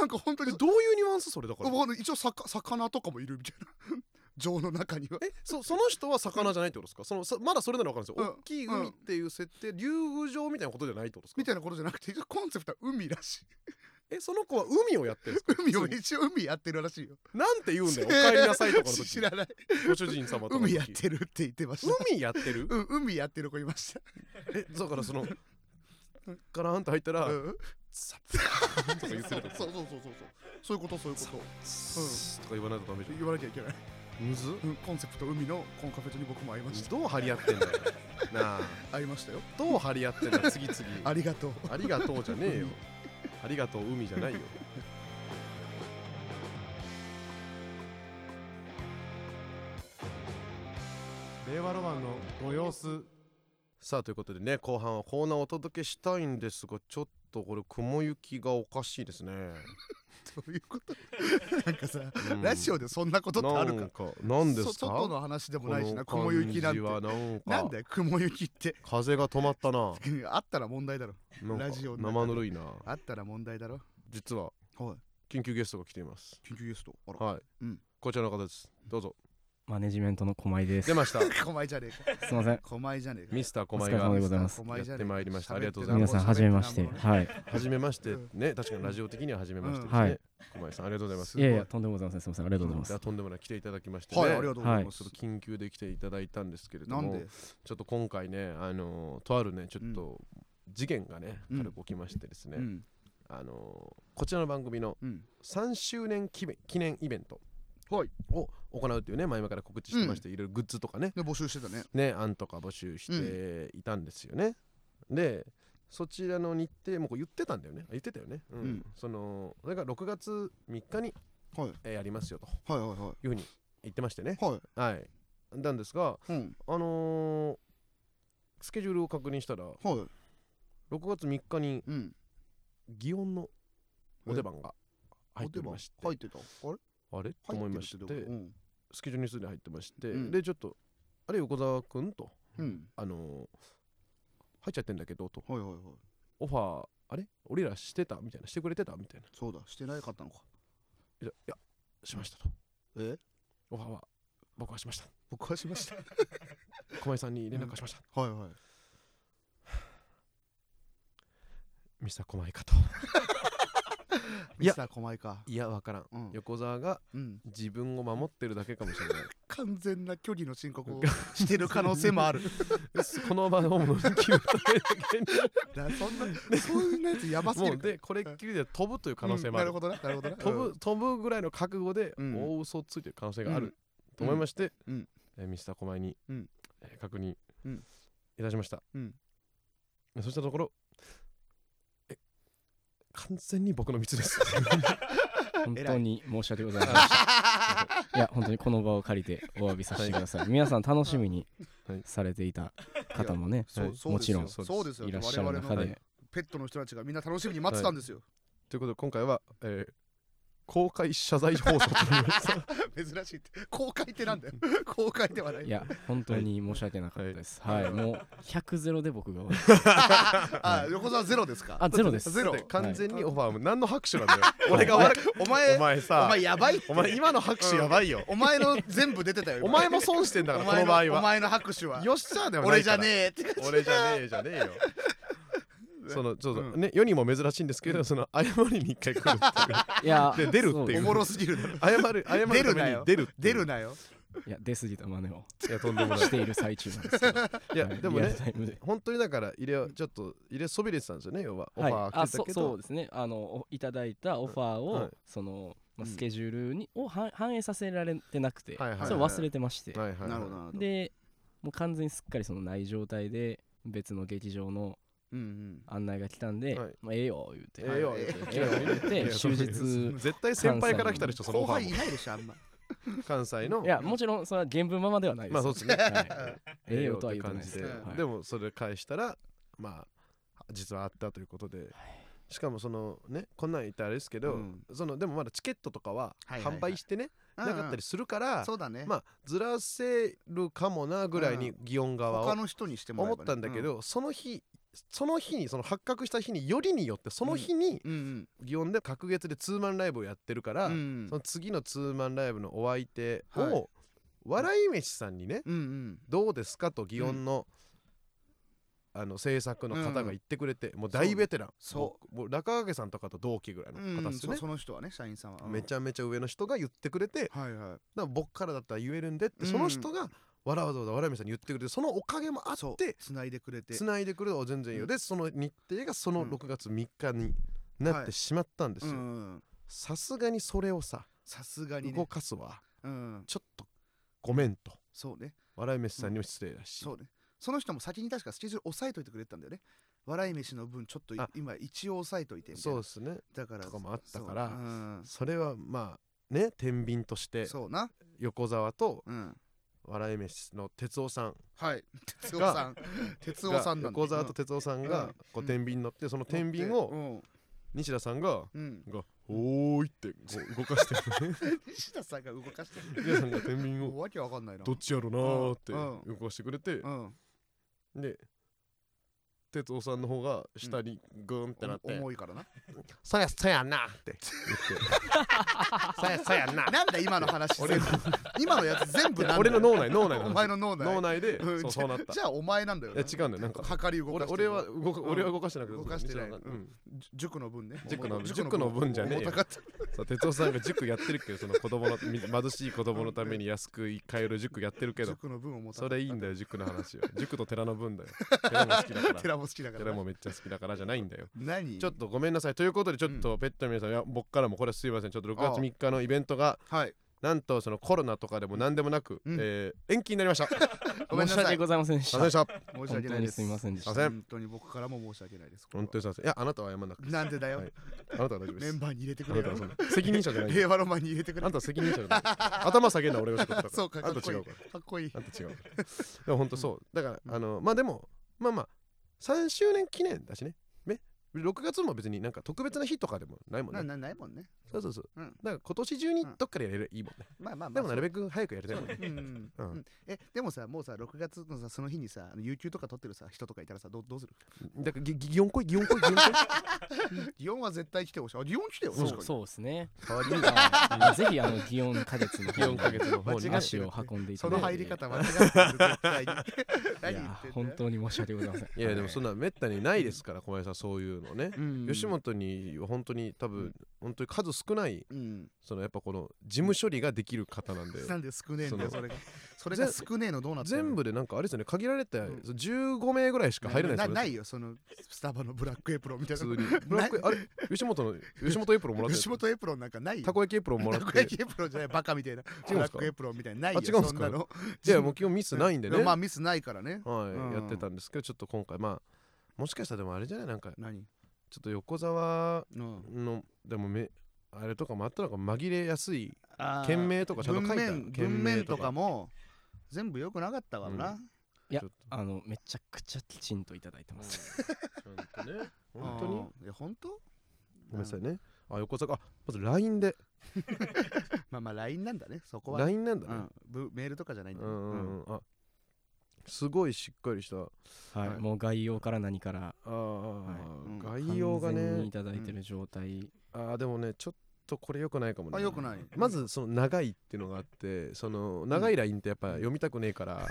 Speaker 2: なんか本当
Speaker 1: え
Speaker 2: に
Speaker 1: どういうニュアンスそれだから
Speaker 2: わかんない一応さか魚とかもいるみたいな (laughs) 情の中には
Speaker 1: えそその人は魚じゃないってことですかそのさまだそれなら分かるんですよ、
Speaker 2: うん
Speaker 1: 大きい海っていう設定竜宮城みたいなことじゃないってことですか
Speaker 2: みたいなことじゃなくて一応コンセプトは海らしい
Speaker 1: えその子は海をやってるん
Speaker 2: (laughs)
Speaker 1: ですか
Speaker 2: 海を
Speaker 1: 普通に
Speaker 2: 一応海やってるらしいよ
Speaker 1: なんて言うんだよ
Speaker 2: (laughs)
Speaker 1: お帰りなさいとかの時
Speaker 2: 知らない
Speaker 1: ご主人様とかの時
Speaker 2: 海やってるって言ってました
Speaker 1: 海やってる
Speaker 2: うん海やってる子いました
Speaker 1: えだからそのガラーンと入ったら、
Speaker 2: うん
Speaker 1: サッとか言ってると
Speaker 2: そうそうそうそうそうそういうことそういうこと
Speaker 1: スッとか言わないとダメじゃ
Speaker 2: 言わなきゃいけない、
Speaker 1: んむず
Speaker 2: うん、コンセプト海のコンカフェとに僕も会いました
Speaker 1: どう張り合ってんだよなあ
Speaker 2: 会いましたよ
Speaker 1: どう張り合ってんだ次々
Speaker 2: ありがとう
Speaker 1: ありがとうじゃねえよありがとう海じゃないよ
Speaker 3: 令和ロマンのご様子
Speaker 1: さあということでね後半はコーナーをお届けしたいんですがちょっとこれ雲行きがおかしいですね、
Speaker 2: どういう
Speaker 1: (laughs)
Speaker 2: ことなんかさ、
Speaker 1: うん
Speaker 2: ラジオでそんなことってある
Speaker 1: なん
Speaker 2: か
Speaker 1: かなんですか
Speaker 2: そ外の話でもないしな
Speaker 1: この
Speaker 2: 雲行きなん
Speaker 1: 感じ
Speaker 2: て
Speaker 1: はなんか
Speaker 2: なんだよ雲行きって (laughs)
Speaker 1: 風が止まったな
Speaker 2: あったら問題だろ
Speaker 1: なんか
Speaker 2: ラジオの
Speaker 1: 生
Speaker 2: 中で
Speaker 1: ぬるいな
Speaker 2: あったら問題だろ
Speaker 1: 実は
Speaker 2: はい
Speaker 1: 緊急ゲストが来ています
Speaker 2: 緊急ゲストあら
Speaker 1: はい、
Speaker 2: うん
Speaker 1: こちらの方ですどうぞ
Speaker 4: マネジメントの狛江です
Speaker 1: 出。ました
Speaker 2: (laughs) 狛江じゃねえか
Speaker 4: すみません。
Speaker 2: 狛江じゃねえか
Speaker 1: ミスター
Speaker 4: お
Speaker 1: 狛
Speaker 4: 疲
Speaker 1: 江
Speaker 4: れ様で
Speaker 1: が
Speaker 4: ございます。
Speaker 2: 狛江じ
Speaker 1: や
Speaker 2: ゃねえ
Speaker 1: ってまいりましたありがとうございま
Speaker 4: 皆
Speaker 1: す
Speaker 4: さん、はじめまして。はい。
Speaker 1: 初めまして
Speaker 2: うん
Speaker 1: ね確かにラジオ的には初めましてです
Speaker 4: うんは
Speaker 1: ね
Speaker 4: い、
Speaker 1: 狛江さんありがとうございます
Speaker 2: す
Speaker 4: いやいや、とんでもございません。すみません。ありがとうございま
Speaker 1: じゃあ
Speaker 4: す。
Speaker 1: とんでもない来ていただきましてね
Speaker 2: はいありがとうございま
Speaker 1: ち
Speaker 2: す
Speaker 1: ょっと緊急で来ていただいたんですけれど
Speaker 2: な
Speaker 1: も
Speaker 2: んで
Speaker 1: ちょっと今回ねあのーとあるねちょっと事件がね、
Speaker 2: うん
Speaker 1: 軽く起きましてですね、
Speaker 2: うん
Speaker 1: あのーこちらの番組の
Speaker 2: うん
Speaker 1: 3周年記念記念イベント
Speaker 2: はい
Speaker 1: を行うっていうね前々から告知してまして、いろいろグッズとかね
Speaker 2: で募集してたね
Speaker 1: ね案とか募集していたんですよね、でそちらの日程もうこう言ってたんだよねあ言ってたよね、うん
Speaker 2: うん
Speaker 1: そのそれが6月3日に、
Speaker 2: はい
Speaker 1: えーやりますよと
Speaker 2: はいはいは
Speaker 1: いうふうに言ってましてね
Speaker 2: いはい
Speaker 1: はいなんですが
Speaker 2: うん
Speaker 1: あのースケジュールを確認したら6
Speaker 2: はい
Speaker 1: 月3日に
Speaker 2: うん
Speaker 1: 祇園のお出番が入っておりまして、
Speaker 2: 入ってたあれ
Speaker 1: あれと思
Speaker 2: 入
Speaker 1: い
Speaker 2: って
Speaker 1: ま
Speaker 2: る
Speaker 1: し
Speaker 2: って
Speaker 1: て
Speaker 2: どういうこと
Speaker 1: スケジュールにすでに入ってまして、
Speaker 2: うん
Speaker 1: でちょっとあれ横澤君と
Speaker 2: うん
Speaker 1: あのー入っちゃってんだけどと
Speaker 2: うんはいはいはい
Speaker 1: オファーあれ俺らしてたみたいなしてくれてたみたいな
Speaker 2: そうだしてなかったのか
Speaker 1: いやいやしましたと
Speaker 2: え
Speaker 1: オファーは僕はしました
Speaker 2: (laughs) 僕はしました
Speaker 1: 小林さんに連絡はしました、
Speaker 2: はいはい
Speaker 1: ミスター小林かとい
Speaker 2: ミ
Speaker 1: や
Speaker 2: スター狛江か
Speaker 1: いやわからん、
Speaker 2: うん
Speaker 1: 横澤が
Speaker 2: うん
Speaker 1: 自分を守ってるだけかもしれない
Speaker 2: 完全な距離の申告をしてる可能性もある
Speaker 1: (laughs) この場のものに決めただけに
Speaker 2: だそん (laughs) なそういうやつやばすぎ
Speaker 1: もう
Speaker 2: る
Speaker 1: でこれっきりで飛ぶという可能性もある,、
Speaker 2: うんなるほどねなるほどね
Speaker 1: 飛ぶ飛ぶぐらいの覚悟で
Speaker 2: うん
Speaker 1: 大嘘をついてる可能性があ
Speaker 2: う
Speaker 1: る
Speaker 2: ん
Speaker 1: と思いまして、
Speaker 2: うん
Speaker 1: えーミスター狛江に、
Speaker 2: うん
Speaker 1: えー確認
Speaker 2: うん
Speaker 1: いたしました、
Speaker 2: うん
Speaker 1: でそうしたところえ完全に僕の道です
Speaker 2: (laughs)
Speaker 4: 本当に申し訳ございませんでした。
Speaker 1: (laughs)
Speaker 4: いや、本当にこの場を借りてお詫びさせてください。皆さん、楽しみに
Speaker 1: はい
Speaker 4: されていた方もね、
Speaker 2: (laughs) そう
Speaker 1: はい
Speaker 2: そう
Speaker 4: も
Speaker 2: で
Speaker 4: ち
Speaker 2: す
Speaker 4: ろ
Speaker 2: よ
Speaker 4: ん
Speaker 2: そうですよ
Speaker 4: いらっしゃる
Speaker 2: 我々
Speaker 4: 中
Speaker 2: の
Speaker 4: で、
Speaker 2: ペットの人たちがみんな楽しみに待ってたんですよ
Speaker 1: ということで今回は、えー公開謝罪放送という
Speaker 2: 珍しいって (laughs) 公開ってなんだよ公開ではない
Speaker 4: いや、本当に申し訳なかったです。はい。もう、100ゼロで僕が終わ
Speaker 1: (laughs)
Speaker 4: ります。
Speaker 2: あ横澤ゼロですか
Speaker 4: あ、ゼロで
Speaker 2: (laughs)
Speaker 4: す。
Speaker 2: ゼロ
Speaker 1: で完全にオファーも何の拍手なんだよ俺が悪く
Speaker 2: お前
Speaker 1: お前さ
Speaker 2: お前やばいって
Speaker 1: お前今の拍手やばいよ、
Speaker 2: お前の全部出てたよ
Speaker 1: お前も損してんだから
Speaker 2: お
Speaker 1: こ
Speaker 2: 前
Speaker 1: の
Speaker 2: の
Speaker 1: 場合
Speaker 2: お
Speaker 1: は
Speaker 2: 前の拍手は
Speaker 1: よっしゃーではな
Speaker 2: 俺
Speaker 1: い
Speaker 2: じ
Speaker 1: か
Speaker 2: ゃ
Speaker 1: ら
Speaker 2: ねえって感じ
Speaker 1: 俺じゃねえじゃねえよ (laughs) そのそうそう、ね世にも珍しいんですけど、その謝りに一回来るっていう
Speaker 4: いや、
Speaker 1: で出るっていう
Speaker 2: おもろすぎ (laughs) るだろ
Speaker 1: 謝る謝るため
Speaker 2: 出るなよ
Speaker 1: に出るっていう
Speaker 2: 出るなよ
Speaker 4: いや、出過ぎた真似を
Speaker 1: いやとんでもない
Speaker 4: している最中なんですけど。
Speaker 1: いや
Speaker 4: はい
Speaker 1: でも
Speaker 4: リア
Speaker 1: ね
Speaker 4: ルタイムで
Speaker 1: 本当にだから入れはちょっと入れそびれてたんですよね要はオファー
Speaker 4: はい、あ
Speaker 1: 来てた
Speaker 4: そ
Speaker 1: けど、
Speaker 4: そうですねあのおいただいたオファーを、
Speaker 1: はい
Speaker 4: その、まあ、
Speaker 2: うん
Speaker 4: スケジュールに、を反反映させられてなくて、
Speaker 1: はいはいはい
Speaker 4: それを忘れてまして、
Speaker 1: はいはいはい
Speaker 2: なるほどなるほど
Speaker 4: でもう完全にすっかりそのない状態で別の劇場の
Speaker 2: うんうん
Speaker 4: 案内が来たんで、
Speaker 1: はい
Speaker 4: まあ、ええよ言うて、
Speaker 1: ええよ
Speaker 2: はい
Speaker 4: ええよ言うて
Speaker 1: いや
Speaker 4: 終日
Speaker 1: 絶対先輩から来たでしょそのオ
Speaker 2: 後
Speaker 1: ファー
Speaker 2: 輩い
Speaker 1: も
Speaker 2: ないでしょあん (laughs) ま
Speaker 1: 関西の
Speaker 4: いやもちろんそれは原文ままではないです、
Speaker 1: まあそうですね
Speaker 4: はい (laughs) ええよとは言うてな
Speaker 1: 感
Speaker 4: いで
Speaker 1: じ
Speaker 4: す
Speaker 1: で、
Speaker 4: はい
Speaker 1: でもそれ返したらまあ実はあったということで、しかもそのねこんなん言ったらあれですけど、
Speaker 2: うん
Speaker 1: そのでもまだチケットとかは
Speaker 2: はいはいはい
Speaker 1: 販売してね、なかったりするから、
Speaker 2: そうだね
Speaker 1: まあずらせるかもなぐらいに祇園側
Speaker 2: 他
Speaker 1: を
Speaker 2: の人にしてもら
Speaker 1: 思っ
Speaker 2: えばね
Speaker 1: たんだけど、その日その日にその発覚した日によりによってその日に
Speaker 2: うんうん
Speaker 1: 祇園で隔月でツーマンライブをやってるから、
Speaker 2: うんうん
Speaker 1: その次のツーマンライブのお相手を、
Speaker 2: はい
Speaker 1: 笑い飯さんにね
Speaker 2: うんうん
Speaker 1: どうですかと祇園の、あの制作の方が言ってくれて、もう大ベテラン
Speaker 2: そう
Speaker 1: もう中掛さんとかと同期ぐらいの
Speaker 2: うん
Speaker 1: 方で
Speaker 2: うん
Speaker 1: す
Speaker 2: そ
Speaker 1: ね
Speaker 2: う、その人はね社員さんはうん
Speaker 1: めちゃめちゃ上の人が言ってくれてだか
Speaker 2: はいは
Speaker 1: ら僕からだったら言えるんでって
Speaker 2: うん
Speaker 1: その人がわらわざわざ笑い飯さんに言ってくれてそのおかげもあ
Speaker 2: い
Speaker 1: っ
Speaker 2: そう
Speaker 1: て
Speaker 2: 繋いでくれて
Speaker 1: つないでくるのは全然いいよ、
Speaker 2: うん
Speaker 1: でその日程がその
Speaker 2: うん
Speaker 1: 6月3日になっ
Speaker 2: は
Speaker 1: て
Speaker 2: い
Speaker 1: しまったんです
Speaker 2: う
Speaker 1: よ
Speaker 2: ん
Speaker 1: さすがにそれをさ
Speaker 2: さすがに
Speaker 1: 動
Speaker 2: ね
Speaker 1: かすわ
Speaker 2: うん
Speaker 1: ちょっとごめんと
Speaker 2: そうね
Speaker 1: 笑い飯さんにも失礼だし、
Speaker 2: そうねその人も先に確かスケジュール押さえといてくれてたんだよね笑い飯の分ちょっとい
Speaker 1: あ
Speaker 2: 今一応押さえといてみたい
Speaker 1: そう
Speaker 2: な
Speaker 1: ですね
Speaker 2: だから
Speaker 1: とかもあったから
Speaker 2: そううん
Speaker 1: それはまあね天秤として
Speaker 2: そうな
Speaker 1: 横澤と
Speaker 2: うん
Speaker 1: 笑い飯の哲夫さん
Speaker 2: はい哲夫さん哲夫さん
Speaker 1: が
Speaker 2: なんだ
Speaker 1: 横澤と哲夫さん
Speaker 2: うん
Speaker 1: がこう天秤に乗ってその天秤を西田さんが
Speaker 2: うん (laughs) うん
Speaker 1: が「おーい」ってこう動かしてるね
Speaker 2: 西田さんが動かして
Speaker 1: 西田さんが天
Speaker 2: (laughs)
Speaker 1: 秤
Speaker 2: る
Speaker 1: を
Speaker 2: わけわかんないな
Speaker 1: どっちやろなーって
Speaker 2: うん
Speaker 1: 動かしてくれて
Speaker 2: うん
Speaker 1: で哲夫さんの方が下にグーンってなって
Speaker 2: 重いからな
Speaker 1: 「そやそやな」って
Speaker 2: (laughs)
Speaker 1: 言って「そやそやな
Speaker 2: なんだ今の話
Speaker 1: 俺
Speaker 2: 全部今のやつ全」部なんだよ
Speaker 1: 俺の脳内脳内の
Speaker 2: お
Speaker 1: 話
Speaker 2: 前の脳内
Speaker 1: 脳内で
Speaker 2: うん
Speaker 1: そうそうなった
Speaker 2: じゃあお前なんだよ
Speaker 1: いや違うんだよなんか
Speaker 2: はかり動か
Speaker 1: 俺
Speaker 2: して
Speaker 1: 俺
Speaker 2: る
Speaker 1: は動か
Speaker 2: うん
Speaker 1: 俺は動かしてなくて
Speaker 2: 動かしてない
Speaker 1: うん
Speaker 2: うんじ塾の分ね
Speaker 1: 塾の分塾の分
Speaker 2: 分
Speaker 1: じゃねえよ
Speaker 2: 重たかった
Speaker 1: さあ哲夫さんが塾やってるけどその子供の
Speaker 2: (laughs)
Speaker 1: み貧しい子供のために安く通える塾やってるけど
Speaker 2: 塾の分重たか
Speaker 1: そ
Speaker 2: った
Speaker 1: れいいんだよ塾の話よ塾と寺の分だよ寺も好きだから
Speaker 2: 寺も好きだから
Speaker 1: 寺もめっちゃ好きだからじゃないんだよ
Speaker 2: 何
Speaker 1: ちょっとごめんなさいということでちょっとペットの皆さんいや僕からもこれすいませんちょっと6
Speaker 2: ああ
Speaker 1: 月3日のイベントが
Speaker 2: はい
Speaker 1: なんとそのコロナとかでも何でもなく、
Speaker 2: うん
Speaker 1: えー延期になりま
Speaker 2: (laughs)
Speaker 1: したあ
Speaker 2: ごめん
Speaker 4: 申
Speaker 2: な
Speaker 4: し
Speaker 2: さい
Speaker 4: 訳ございませんでし
Speaker 1: りがとうございました
Speaker 2: 申
Speaker 4: た。
Speaker 2: し
Speaker 4: 本
Speaker 2: 訳
Speaker 4: 当
Speaker 2: ない
Speaker 4: に
Speaker 2: です
Speaker 4: みませんでし
Speaker 1: あ
Speaker 4: た。
Speaker 1: せん
Speaker 2: 本当に僕からも申し訳ないです
Speaker 1: 本当にすいませんいやあなたは謝んなくて
Speaker 2: なんでだよ
Speaker 1: はいあなたは大丈夫で
Speaker 2: メ
Speaker 1: す
Speaker 2: (laughs) ンバーに入れて
Speaker 1: あ
Speaker 2: く
Speaker 1: な
Speaker 2: れ
Speaker 1: た
Speaker 2: よ
Speaker 1: はそんな責任者
Speaker 2: (laughs)
Speaker 1: じゃない
Speaker 2: 令和の前に入れてく
Speaker 1: あ
Speaker 2: れ
Speaker 1: なたは責任者じゃ
Speaker 2: (laughs)
Speaker 1: ない頭下げるのは俺の仕事だから
Speaker 2: そうか
Speaker 1: あ
Speaker 2: かっ
Speaker 1: ん
Speaker 2: こ
Speaker 1: た
Speaker 2: い
Speaker 1: 違
Speaker 2: いう
Speaker 1: から
Speaker 2: かっこいい
Speaker 1: あんた違うからでも本当そうだから、
Speaker 2: うん
Speaker 1: あのまあでもまあまあ3周年記念だしねね6月も別になんか特別な日とかでもないもん
Speaker 2: な
Speaker 1: ね
Speaker 2: なないもんね
Speaker 1: そうそうそう、
Speaker 2: うん
Speaker 1: だから今年中に
Speaker 2: うん
Speaker 1: どっかでやれるいいもんね、
Speaker 2: まあまあま
Speaker 1: で
Speaker 2: あ
Speaker 1: もなるべく早くやりたいもんね
Speaker 2: そううん
Speaker 1: う
Speaker 2: うんんえでもさもうさ6月のさその日にさあの有給とか取ってるさ人とかいたらさどうどうする
Speaker 1: だからぎぎ擬音来い擬音来い擬音来い
Speaker 2: 祇園は絶対来てほしいあ祇園来てよ確か
Speaker 4: そう
Speaker 2: に
Speaker 4: そうですね。
Speaker 1: 代わりに
Speaker 4: あぜひあの祇園花月の
Speaker 1: 擬音花月の方
Speaker 2: 間違
Speaker 1: に
Speaker 2: え
Speaker 1: ね
Speaker 2: て
Speaker 4: 足を運んでいた
Speaker 2: その
Speaker 4: だい
Speaker 2: 入
Speaker 4: て。
Speaker 2: り方間違ってる絶対に
Speaker 4: い
Speaker 2: (laughs) 何言
Speaker 4: や
Speaker 2: ってんだよ
Speaker 4: 本当に申し訳ございません。
Speaker 1: いやでもそんなめったにないですから小林さんそういうのね、
Speaker 2: うん
Speaker 1: 吉本には本当に多分、
Speaker 2: うん
Speaker 1: 本当に数少ない
Speaker 2: うん
Speaker 1: そのやっぱこの事務処理ができる方なんで、
Speaker 2: なんで少ねえんだよ
Speaker 1: そ
Speaker 2: そ
Speaker 1: の
Speaker 2: れがそれが少ねえのどうなってんの
Speaker 1: 全部でなんかあれですよね限られて、
Speaker 2: うん
Speaker 1: そう15名ぐらいしか入れないですよね
Speaker 2: ないよそのスタバのブラックエプロンみたい
Speaker 1: 普
Speaker 2: な
Speaker 1: 通にブラックあれ吉本の吉本エプロンもらって
Speaker 2: 吉本エプロンなんかないよ
Speaker 1: たこ焼きエプロンもら
Speaker 2: た
Speaker 1: っ
Speaker 2: こ
Speaker 1: て
Speaker 2: 焼きエプロンじゃないバカみたいな
Speaker 1: 違
Speaker 2: ブ
Speaker 1: うん
Speaker 2: ラ
Speaker 1: す
Speaker 2: ッ
Speaker 1: か
Speaker 2: クエプロンみたいなない
Speaker 1: あ違うん
Speaker 2: よ
Speaker 1: す
Speaker 2: そ
Speaker 1: か
Speaker 2: んなの
Speaker 1: いやもう基本ミスないんでね、
Speaker 2: まあミスないからね
Speaker 1: はい、
Speaker 2: うん
Speaker 1: やってたんですけどちょっと今回まあもしかしたらでもあれじゃないなんか
Speaker 2: 何
Speaker 1: ちょっと横澤
Speaker 2: うん
Speaker 1: のでもめあれとかもあったのが紛れやすい
Speaker 2: あー
Speaker 1: 件名とかちゃんと書いてある
Speaker 2: 文面
Speaker 1: 件
Speaker 2: 文
Speaker 1: 名
Speaker 2: 面とかも全部良くなかったから
Speaker 1: う
Speaker 2: な、
Speaker 4: や
Speaker 1: ちょっと
Speaker 4: あのめちゃくちゃきちんといただいてます。
Speaker 1: ちゃんと
Speaker 2: (laughs)
Speaker 1: ね本当に
Speaker 2: にいや本当
Speaker 1: ごめんなさいねあ横澤あまず LINE で
Speaker 2: まあまあ LINE なんだねそこは、
Speaker 1: LINE なんだ
Speaker 2: う
Speaker 1: ね
Speaker 2: ん、ぶメールとかじゃないんだ
Speaker 1: う
Speaker 2: ね
Speaker 1: んう
Speaker 2: うん
Speaker 1: んうんあすごいしっかりしたあ
Speaker 4: はい
Speaker 2: はい
Speaker 4: もう概要から何から
Speaker 1: ー、
Speaker 4: は
Speaker 1: 概要が
Speaker 4: 完全に
Speaker 1: ね
Speaker 4: いただいてる状態。
Speaker 1: あーでもねちょっとこれ良くないかもね
Speaker 2: あよくない
Speaker 1: まずその長いっていうのがあってその長いラインってやっぱ読みたくねえから、ま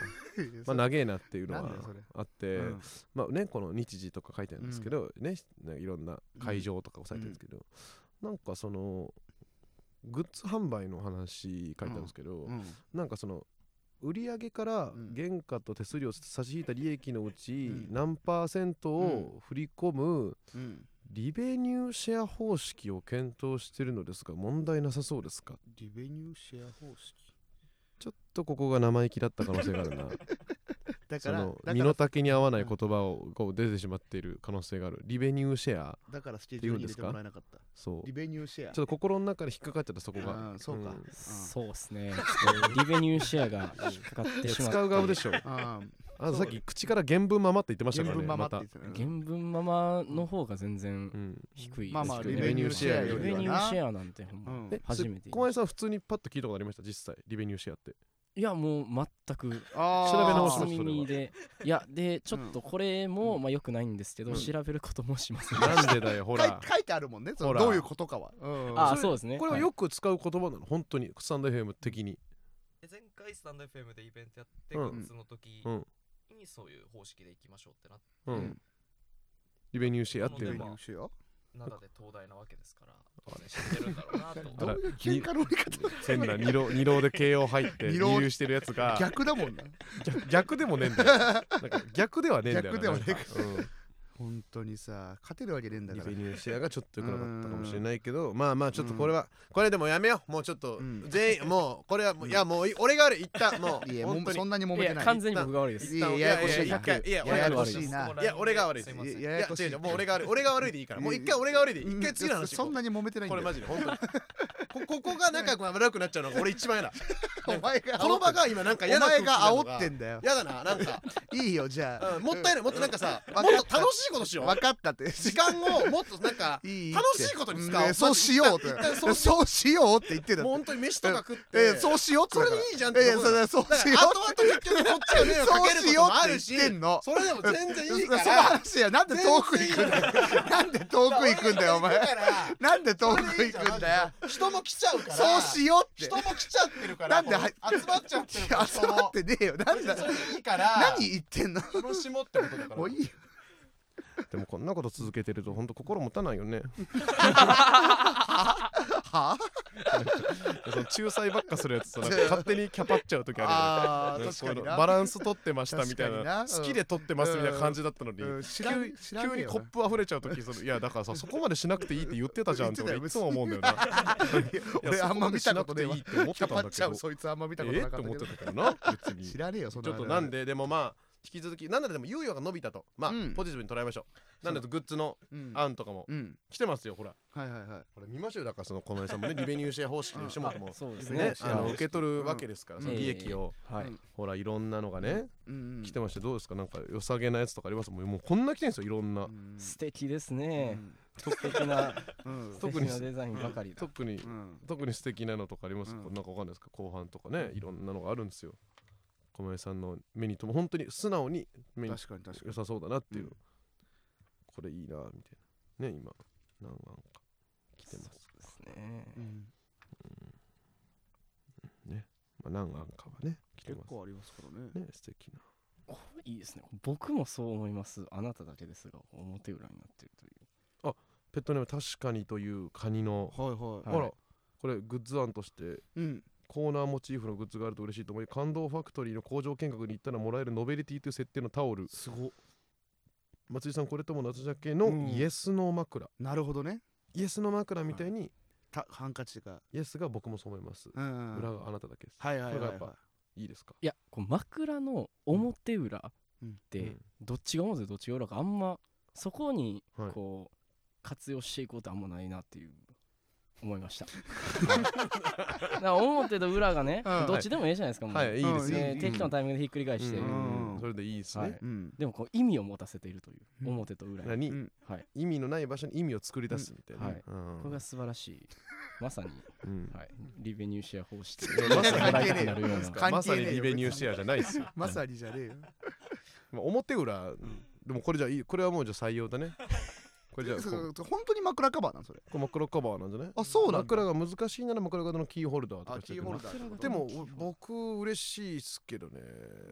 Speaker 1: あ
Speaker 2: あ、
Speaker 1: 長えなっていうの
Speaker 2: な
Speaker 1: は
Speaker 2: んだよそれ
Speaker 1: あって、
Speaker 2: うん
Speaker 1: まあねこの日時とか書いてあるんですけど、ねなんかいろんな会場とか押さえてるんですけど、なんかそのグッズ販売の話書いてあるんですけど、
Speaker 2: うん
Speaker 1: なんかその売り上げから
Speaker 2: うん
Speaker 1: 原価と手数料を差し引いた利益のうち
Speaker 2: うん
Speaker 1: 何パーセントを振り込む
Speaker 2: うん、
Speaker 1: リベニューシェア方式を検討しているのですが問題なさそうですか
Speaker 2: リベニューシェア方式
Speaker 1: ちょっとここが生意気だった可能性があ
Speaker 2: (laughs)
Speaker 1: るな
Speaker 2: だ
Speaker 1: そ
Speaker 2: から
Speaker 1: の
Speaker 2: だ
Speaker 1: 身
Speaker 2: か
Speaker 1: の
Speaker 2: ら
Speaker 1: 丈に合わない言葉をこう出てしまっている可能性があるリベニューシェア
Speaker 2: だからスケジュールに入れてもらえなかった
Speaker 1: そう
Speaker 2: リベニューシェア
Speaker 1: ちょっと心の中で引っかかっちゃったそこ
Speaker 2: う
Speaker 1: が
Speaker 2: んそうか
Speaker 1: ん
Speaker 4: そうですね。リベニューシェアが引っかかってしまって。
Speaker 1: 使う側でしょ
Speaker 2: あー
Speaker 1: あさっき口から原文ままって言ってました
Speaker 2: 原
Speaker 1: からね
Speaker 2: 文ままって
Speaker 1: た
Speaker 2: 言ってたね
Speaker 4: 原文ままの方が全然
Speaker 1: うん
Speaker 4: 低いですけどね。
Speaker 2: まあまあリ
Speaker 1: ベニューシェアよりはな
Speaker 4: リベニューシェアなんてほん
Speaker 2: う
Speaker 4: ま
Speaker 2: ん
Speaker 1: え
Speaker 4: 初めて
Speaker 1: 小林さん普通にパッと聞いたことありました実際リベニューシェアって
Speaker 4: いやもう全く
Speaker 2: あー
Speaker 1: 調べ直しました
Speaker 4: 初
Speaker 1: それは
Speaker 4: 耳でいやでちょっとこれもまあ良くないんですけど
Speaker 1: うん
Speaker 4: 調べることもしません
Speaker 1: なんでだよほ (laughs)
Speaker 2: 書い
Speaker 1: ら
Speaker 2: 書いてあるもんねその
Speaker 1: ほら
Speaker 2: どういうことかは、うん
Speaker 4: あ
Speaker 1: そ
Speaker 4: あ
Speaker 1: れ
Speaker 4: そうですね
Speaker 1: これは
Speaker 4: は
Speaker 1: よく使う言葉なの本当にスタンド FM 的に
Speaker 5: で前回スタンド FM でイベントやって、
Speaker 1: うん
Speaker 5: グッズの時
Speaker 1: うん
Speaker 5: にそういう方式で行きましょうってなっ
Speaker 1: うん、
Speaker 2: うん
Speaker 1: リベニューシェアってい
Speaker 2: リ
Speaker 1: う
Speaker 2: ベ
Speaker 5: で
Speaker 2: ニ
Speaker 1: の
Speaker 5: も
Speaker 2: ューシェア
Speaker 5: 灘で東大なわけですから当然知ってるんだろうなと
Speaker 1: (laughs) あ
Speaker 2: ど
Speaker 1: ら
Speaker 2: ういう喧嘩の売り方
Speaker 1: 変な二浪二浪で KO 入って
Speaker 2: 二
Speaker 1: 二
Speaker 2: 浪
Speaker 1: 流してるやつが
Speaker 2: 逆だもんな
Speaker 1: 逆逆でもねえんだよなんか逆ではねえんだよ
Speaker 2: 逆ではねえ
Speaker 1: なんかうん
Speaker 2: 本当にさ勝てるわけねえんだ
Speaker 1: リ
Speaker 2: か
Speaker 1: ベ
Speaker 2: ら
Speaker 1: ニューシェアがちょっと良くなかったかもしれないけどまあまあちょっとこれはこれでもやめようもうちょっと
Speaker 2: うん
Speaker 1: 全員もうこれはもういやもうい俺が悪い一旦も
Speaker 2: (laughs) いうや
Speaker 1: 本
Speaker 2: も
Speaker 1: 当
Speaker 2: うそ
Speaker 1: に
Speaker 2: んなに揉
Speaker 4: いい
Speaker 2: めて
Speaker 4: や
Speaker 2: ない
Speaker 4: 完全に僕が悪いで
Speaker 2: い
Speaker 4: す
Speaker 2: やややこしい
Speaker 1: いやいやいやいや
Speaker 2: ややこしいな
Speaker 1: や俺が悪いです
Speaker 5: すません
Speaker 2: いや
Speaker 1: い
Speaker 2: や
Speaker 1: や
Speaker 2: こしい
Speaker 1: 違う違うもう俺が悪い俺が悪いでいいからもう一回俺が悪いでいい一回次の
Speaker 2: うん
Speaker 1: 話
Speaker 2: そんなに揉めてないん
Speaker 1: こ
Speaker 2: だ
Speaker 1: れマ
Speaker 2: よ
Speaker 1: ジで本当にこここが仲良くな悪くなっちゃうのが俺一番嫌だ
Speaker 2: (laughs) お前が煽ってんだ
Speaker 1: この場が今なんか嫌
Speaker 2: お
Speaker 1: な空
Speaker 2: 前
Speaker 1: 気な
Speaker 2: が
Speaker 1: の
Speaker 2: 煽ってんだよ
Speaker 1: 嫌だななんか、
Speaker 2: いいよじゃ
Speaker 1: うんもったい
Speaker 2: (laughs)
Speaker 1: ないもっとなんかさも
Speaker 2: わ
Speaker 1: っ
Speaker 2: かった
Speaker 1: と楽しいことし
Speaker 2: あ
Speaker 1: よ
Speaker 2: 分
Speaker 1: う
Speaker 2: かったって
Speaker 1: 時間をもっとなん
Speaker 2: (laughs)
Speaker 1: か
Speaker 2: いい
Speaker 1: 楽しいことに使おう
Speaker 2: ねそうしようって
Speaker 1: 一旦一旦そうしよ
Speaker 2: そうしようって言ってた
Speaker 1: もう本当に飯とか食って、
Speaker 2: えーそうしようって
Speaker 1: それでいいじゃんって
Speaker 2: いやいやそれそう
Speaker 1: だ
Speaker 2: し
Speaker 1: か
Speaker 2: よ
Speaker 1: ら後
Speaker 2: う
Speaker 1: 々結局こっちが迷惑かけることもある
Speaker 2: そうしようって
Speaker 1: し
Speaker 2: 言ってんの
Speaker 1: それでも全然いいか
Speaker 2: その
Speaker 1: ら
Speaker 2: 話やなんで遠く行くんだよなんで遠く行くんだよお前
Speaker 1: 俺が行くから
Speaker 2: なんで遠く
Speaker 1: それでいい
Speaker 2: 行
Speaker 1: じゃん
Speaker 2: くんだよ
Speaker 1: 人も来ちゃうから
Speaker 2: そうしようって
Speaker 1: 人も来ちゃってるから
Speaker 2: なんでは
Speaker 1: もう集まっちゃって
Speaker 2: (laughs)
Speaker 1: るから
Speaker 2: 集まってねえよなんだ
Speaker 1: それでいいから
Speaker 2: 何言ってんの
Speaker 5: 楽しもうってことだ
Speaker 2: (laughs)
Speaker 5: から
Speaker 2: もういいよ
Speaker 1: でもこんなこと続けてる
Speaker 2: (laughs)
Speaker 1: と本当心持たないよね
Speaker 2: は
Speaker 1: その仲裁ばっかするやつさなんか勝手にキャパっちゃう時あ
Speaker 2: あ
Speaker 1: る
Speaker 2: ー
Speaker 1: よね
Speaker 2: 確
Speaker 1: な
Speaker 2: か
Speaker 1: ん
Speaker 2: に
Speaker 1: かこ
Speaker 2: な
Speaker 1: うバランス取ってましたみたいな
Speaker 2: 確かになうん
Speaker 1: 好きで取ってますみたいな感じだったのに、
Speaker 2: うん知らん知らん
Speaker 1: 急
Speaker 2: ねえ
Speaker 1: に
Speaker 2: よ
Speaker 1: コップ溢れちゃう時その
Speaker 2: (laughs)
Speaker 1: いやだからさそこまでしなくていいって言ってたじゃんって俺
Speaker 2: 言
Speaker 1: い
Speaker 2: って
Speaker 1: つ
Speaker 2: たよ
Speaker 1: も思うんだよない
Speaker 2: 俺
Speaker 1: や
Speaker 2: あんま見たことねえ
Speaker 1: そ
Speaker 2: わ
Speaker 1: までしなくていいって思って
Speaker 2: キャ
Speaker 1: た
Speaker 2: パ
Speaker 1: ん
Speaker 2: っ
Speaker 1: だ
Speaker 2: ち
Speaker 1: け
Speaker 2: ゃ
Speaker 1: ど
Speaker 2: うそいつあんま見た
Speaker 1: え
Speaker 2: こ
Speaker 1: え
Speaker 2: とな
Speaker 1: っ
Speaker 2: か
Speaker 1: て
Speaker 2: った
Speaker 1: 思っ
Speaker 2: けど
Speaker 1: てたけどな別に
Speaker 2: 知らねえよそん
Speaker 1: ち
Speaker 2: な
Speaker 1: ょっとなんででもまあ引き続きなんだでも猶予が伸びたとまあ、
Speaker 2: うん
Speaker 1: ポジティブに捉えましょうなんだとグッズの
Speaker 2: うん
Speaker 1: 案とかも
Speaker 2: うん
Speaker 1: 来てますよほら
Speaker 2: はいはいはい
Speaker 1: これ見ましょうよだからその小林 (laughs) さんもねリベニューシェア方式の吉本も
Speaker 4: そうです
Speaker 1: ね
Speaker 4: ね。
Speaker 1: あの受け取るわけですから、
Speaker 2: うん
Speaker 1: その利益を、
Speaker 4: はい
Speaker 2: うん。
Speaker 1: ほらいろんなのがね、
Speaker 2: うんうん
Speaker 1: 来てましてどうですかなんか良さげなやつとかありますもうもうこんな来てんすよいろんな、
Speaker 2: うん
Speaker 4: 素敵ですね。特的な、
Speaker 2: うん
Speaker 4: 素
Speaker 1: (laughs) 特
Speaker 4: 敵
Speaker 1: に
Speaker 4: なデザインばかりだ。
Speaker 1: 特に、
Speaker 2: うん
Speaker 1: 特に素敵なのとかあります、
Speaker 2: うん
Speaker 1: こうなんかわかんないですか後半とかねいろんなのがあるんですよ小林さんの目にとも本当に素直に目に
Speaker 2: 確かに確か
Speaker 1: 良
Speaker 2: に
Speaker 1: さそうだなっていう、
Speaker 2: うん
Speaker 1: これいいなみたいなね今何案か来てます、
Speaker 4: そうですね。
Speaker 2: うん
Speaker 1: まあ、何案かはね来て
Speaker 2: 結
Speaker 1: ます
Speaker 2: 構ありますからね
Speaker 1: ね素敵ない
Speaker 4: いですね。僕もそう思います。あなただけですが、表裏になってるという。
Speaker 1: ペットネーム確かにというカニの、
Speaker 2: はいはい
Speaker 4: はい
Speaker 1: あらこれグッズ案として
Speaker 2: うん
Speaker 1: コーナーモチーフのグッズがあると嬉しいと思い感動ファクトリーの工場見学に行ったらもらえるノベリティという設定のタオル
Speaker 2: すごっ
Speaker 1: 松井さんこれとも夏ジャケ
Speaker 2: う
Speaker 1: の
Speaker 2: ん
Speaker 1: イエスの枕、
Speaker 2: なるほどね
Speaker 1: イエスの枕みたいに
Speaker 2: たハンカチが
Speaker 1: イエスが僕もそう思います、
Speaker 2: うんうん
Speaker 1: 裏があなただけです、
Speaker 2: はいはい
Speaker 1: これ
Speaker 2: は
Speaker 1: がや
Speaker 2: い
Speaker 1: っぱ
Speaker 2: はい
Speaker 1: いいですか
Speaker 4: いや、こう枕の表裏って、
Speaker 1: うん
Speaker 4: どっちが表でどっちが裏か、あんま、そこに、
Speaker 1: はい
Speaker 4: こう、活用していこうってあんまないなっていう。思いまし
Speaker 1: (laughs)
Speaker 4: ただから表と裏がね、
Speaker 2: うん
Speaker 4: どっちでもいいじゃないですか、もう
Speaker 1: はいいいです
Speaker 2: うん
Speaker 1: よ、
Speaker 4: え
Speaker 2: うん
Speaker 4: ー適当なタイミングでひっくり返して、
Speaker 1: うん
Speaker 2: うん
Speaker 1: それでいいですね、
Speaker 4: は
Speaker 1: (laughs)
Speaker 4: い
Speaker 2: うん
Speaker 4: でもこう意味を持たせているという、
Speaker 2: うん
Speaker 4: 表と裏
Speaker 1: 何、
Speaker 4: に
Speaker 2: うん
Speaker 4: はい、
Speaker 1: 意味のない場所に意味を作り出すみたいな、
Speaker 4: うんはい
Speaker 1: うん
Speaker 4: これが素晴らしいまさに、
Speaker 1: うん
Speaker 4: はい、リベニューシェア方
Speaker 1: (laughs)
Speaker 4: 式
Speaker 1: いやまさに
Speaker 4: 働きたくなるような
Speaker 2: 関係ねえよ
Speaker 1: まさにリベニューシェアじゃないですよ
Speaker 2: まさにじゃねえよ
Speaker 1: まあ表裏、でもこれじゃいいこれはもうじゃあ採用
Speaker 2: (laughs)
Speaker 1: だねこれじゃあこう
Speaker 2: そう本当に枕カバーなんそれ
Speaker 1: これ枕カバーなんじゃない
Speaker 2: あそうなんだ
Speaker 1: 枕が難しいなら枕型のキーホルダーとか
Speaker 2: あキーホルダーってこと
Speaker 1: でもお僕嬉しいっすけどね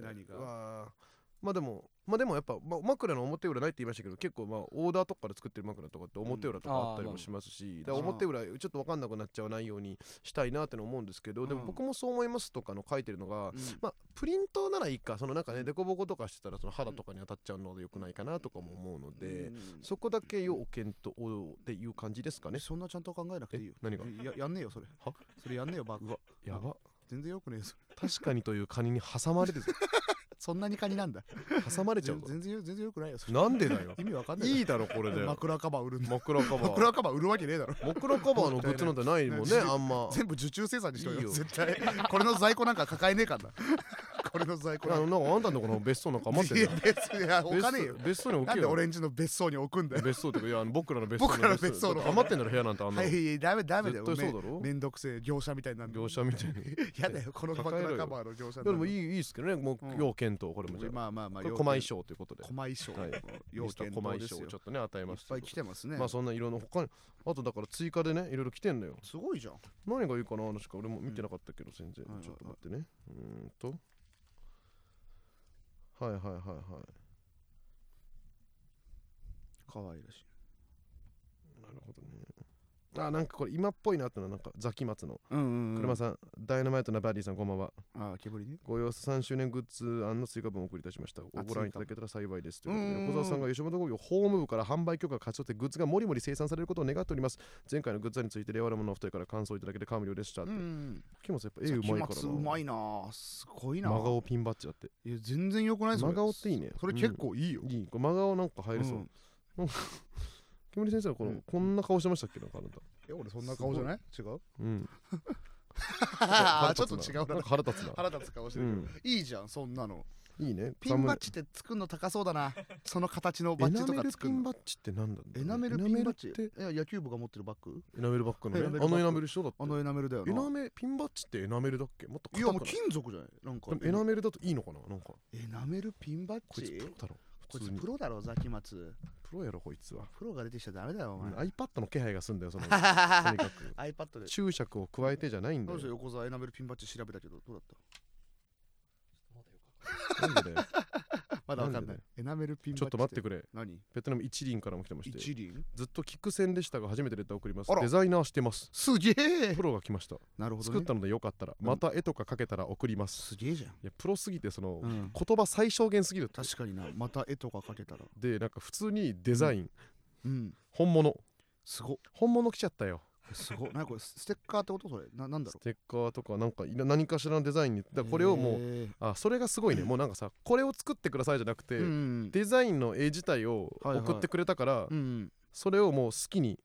Speaker 2: 何が
Speaker 1: うわーまあでもまあでもやっぱ、ま、枕の表裏ないって言いましたけど結構まあオーダーとかで作ってる枕とかって表裏とかあったりもしますし、だから表裏ちょっと分かんなくなっちゃわないようにしたいなっての思うんですけど、でも
Speaker 2: うん
Speaker 1: 僕もそう思いますとかの書いてるのが、
Speaker 2: うん
Speaker 1: まあ、プリントならいいかそのなんかね凸凹とかしてたらその肌とかに当たっちゃうのでよくないかなとかも思うので、
Speaker 2: うん
Speaker 1: そこだけ要検討っていう感じですかね。
Speaker 2: そんなちゃんと考えなくていいよ
Speaker 1: え何が
Speaker 2: ややんねえよそれ
Speaker 1: は
Speaker 2: それやんねえよバー
Speaker 1: う
Speaker 2: グ
Speaker 1: わやば
Speaker 2: 全然よくねえよそれ
Speaker 1: 確かにというカニに挟まれ
Speaker 2: (laughs)
Speaker 1: てる
Speaker 2: そんなにカニなんだ
Speaker 1: 挟まれちゃう
Speaker 2: 全
Speaker 1: ぞ
Speaker 2: 全然よ全然よくないよそれ
Speaker 1: なんでだよ
Speaker 2: 意味わかんない
Speaker 1: いいだろこれ
Speaker 2: だ
Speaker 1: で
Speaker 2: ろ枕カバー売るんだ
Speaker 1: 枕カバー
Speaker 2: 枕カバー売るわけねえだろ
Speaker 1: 枕カバーのグッズなんてないもんね
Speaker 2: もったいない
Speaker 1: あんま
Speaker 2: 全部受注生産にしろ
Speaker 1: いいよ
Speaker 2: よ絶対これの在庫なんか抱えねえからなこれの在
Speaker 1: あ
Speaker 2: 庫なんか
Speaker 1: のなんかあんたのとこの別荘なんか余って
Speaker 2: い
Speaker 1: る
Speaker 2: や別にいやお金よ
Speaker 1: 別荘に置
Speaker 2: なん
Speaker 1: け
Speaker 2: で
Speaker 1: よ
Speaker 2: 俺んちの別荘に置くんだよ
Speaker 1: 別荘っていうかいやあの僕らの別荘
Speaker 2: 僕らの別荘の
Speaker 1: だって余ってんだろ部屋なんてあんな
Speaker 2: は
Speaker 1: の
Speaker 2: いダメダメだよ
Speaker 1: 絶対そうだろ
Speaker 2: めんどくせえ業者みたいになんだ
Speaker 1: 業者みたいにい
Speaker 2: やだよこの
Speaker 1: 抱えろよ
Speaker 2: 枕カバーの業者
Speaker 1: やでもい
Speaker 2: い
Speaker 1: いいいっすけどねもう
Speaker 2: うん
Speaker 1: 要検討これもじゃあ
Speaker 2: まあまあま
Speaker 1: こ
Speaker 2: あ
Speaker 1: れ
Speaker 2: 要件
Speaker 1: 狛江賞ということで
Speaker 2: 狛江省
Speaker 1: はい
Speaker 2: 要
Speaker 1: ミスター
Speaker 2: 件
Speaker 1: 狛江
Speaker 2: です
Speaker 1: 賞
Speaker 2: よ
Speaker 1: をちょっとね与え
Speaker 2: いっ
Speaker 1: ます
Speaker 2: ぱい来てますね
Speaker 1: まあそんないろんな他にあとだから追加でねいろいろ来てんのよ
Speaker 2: すごいじゃん
Speaker 1: 何がいいかなしか俺も見てなかったけど全然、
Speaker 2: はいはいはい
Speaker 1: ちょっと待ってねうーんとはいはいはいはい
Speaker 2: 可愛らしい
Speaker 1: なるほどねあなんかこれ今っぽいなってのはなんかザキマツの
Speaker 2: うんうん
Speaker 1: 車さん、ダイナマイトなバディさんこんばんは
Speaker 2: ああ煙ね
Speaker 1: ご様子3周年グッズ案の追加分をお送りいたしました
Speaker 2: あ
Speaker 1: ご覧いただけたら幸いですということ
Speaker 2: う
Speaker 1: で
Speaker 2: ん
Speaker 1: 横澤さんが吉本興業法務部から販売許可を勝ち取ってグッズがもりもり生産されることを願っております前回のグッズ案について令和の者のお二人から感想をいただけて感無量でしたっ
Speaker 2: う
Speaker 1: て、
Speaker 2: ん
Speaker 1: キモさんやっぱ絵
Speaker 2: う
Speaker 1: うまい
Speaker 2: ま
Speaker 1: か
Speaker 2: い
Speaker 1: ら
Speaker 2: うま
Speaker 1: い
Speaker 2: いなあすごいなあ
Speaker 1: 真顔ピンバッジだって
Speaker 2: いや全然よくないそれ
Speaker 1: 真顔っていいね
Speaker 2: それ結構いいよ
Speaker 1: いいこれ真顔なんか入れそう、
Speaker 2: うん
Speaker 1: なんか煙先生のこの、
Speaker 2: うん
Speaker 1: こんな顔してましたっけなんかあなた
Speaker 2: え俺そんな顔じゃない違 (laughs) う
Speaker 1: うん腹
Speaker 2: あーちょっ
Speaker 1: 立つ
Speaker 2: と
Speaker 1: な
Speaker 2: 違う
Speaker 1: (laughs) なん
Speaker 2: な
Speaker 1: か腹立つな
Speaker 2: 腹立つ顔して
Speaker 1: う
Speaker 2: る
Speaker 1: ん、
Speaker 2: いいじゃんそんなの
Speaker 1: いいね
Speaker 2: ピンバッ
Speaker 1: ジ
Speaker 2: ジって作るの高そうだなその形のバ
Speaker 1: エ
Speaker 2: ッジ
Speaker 1: ナ
Speaker 2: と
Speaker 1: メ
Speaker 2: か
Speaker 1: ル
Speaker 2: 作
Speaker 1: ピ
Speaker 2: る
Speaker 1: ン
Speaker 2: の
Speaker 1: バッジってなんだろうね
Speaker 2: エナメルピンバッジ
Speaker 1: エナメルって
Speaker 2: いや野球部が持ってるバッグ
Speaker 1: エナメルバッグの
Speaker 2: エナメ
Speaker 1: ね
Speaker 2: ルバ
Speaker 1: あ
Speaker 2: ッグ
Speaker 1: のエナメル一緒だって
Speaker 2: あのエナメルだよ
Speaker 1: エ
Speaker 2: な
Speaker 1: ナメピンバッジってエナメルだっけもっと
Speaker 2: い
Speaker 1: 硬
Speaker 2: や
Speaker 1: くな
Speaker 2: もう金属じゃないなんか
Speaker 1: でもエナメルだといいのかななんか
Speaker 2: エナメルピンバッ
Speaker 1: こいつプ
Speaker 2: ジ
Speaker 1: ロだろ
Speaker 2: こ
Speaker 1: 普
Speaker 2: いつ
Speaker 1: 通に
Speaker 2: プロだろザキマツ
Speaker 1: プロやろこいつは
Speaker 2: プロが出てきちゃダメだよお
Speaker 1: うん
Speaker 2: 前
Speaker 1: iPad の気配がすんだよそ
Speaker 2: (laughs)
Speaker 1: のとにか
Speaker 2: iPad
Speaker 1: く
Speaker 2: で
Speaker 1: 注釈を加えてじゃないんだ
Speaker 2: ど
Speaker 1: よ
Speaker 2: うしよう横澤エナメルピンバッジ調べたけどどうだった
Speaker 1: なんでだ
Speaker 2: (laughs)
Speaker 1: よ
Speaker 2: まだわかん
Speaker 1: な
Speaker 2: な
Speaker 1: んで
Speaker 2: い
Speaker 1: だよ。
Speaker 2: エナメルピンバッジ
Speaker 1: ちょっと待ってくれ
Speaker 2: 何
Speaker 1: ベトナム一輪からも来てまして
Speaker 2: 一輪
Speaker 1: ずっと聞くんでしたが初めてレター送ります
Speaker 2: あら
Speaker 1: デザイナーしてます
Speaker 2: すげえ
Speaker 1: プロが来ました
Speaker 2: なるほど、ね。
Speaker 1: 作ったのでよかったらまた絵とか描けたら送ります
Speaker 2: すげえじゃん。
Speaker 1: いやプロすぎてその
Speaker 2: うん、
Speaker 1: 言葉最小限すぎるって
Speaker 2: 確かにな。また絵とか描けたら。
Speaker 1: でなんか普通にデザイン
Speaker 2: うん。
Speaker 1: 本物
Speaker 2: すごっ。
Speaker 1: 本物来ちゃったよ
Speaker 2: すごっ。なにこれ、ステッカーってことそれ。ななんだ
Speaker 1: ス
Speaker 2: ろ
Speaker 1: テッカーとかなんかいろ何かしらのデザインにだから
Speaker 2: う。
Speaker 1: これをもう
Speaker 2: う。
Speaker 1: あそれがすごいねもうなんかさこれを作ってくださいじゃなくて
Speaker 2: うん。
Speaker 1: デザインの絵自体を
Speaker 2: はいはい
Speaker 1: 送ってくれたから
Speaker 2: うん。
Speaker 1: それをもう好きに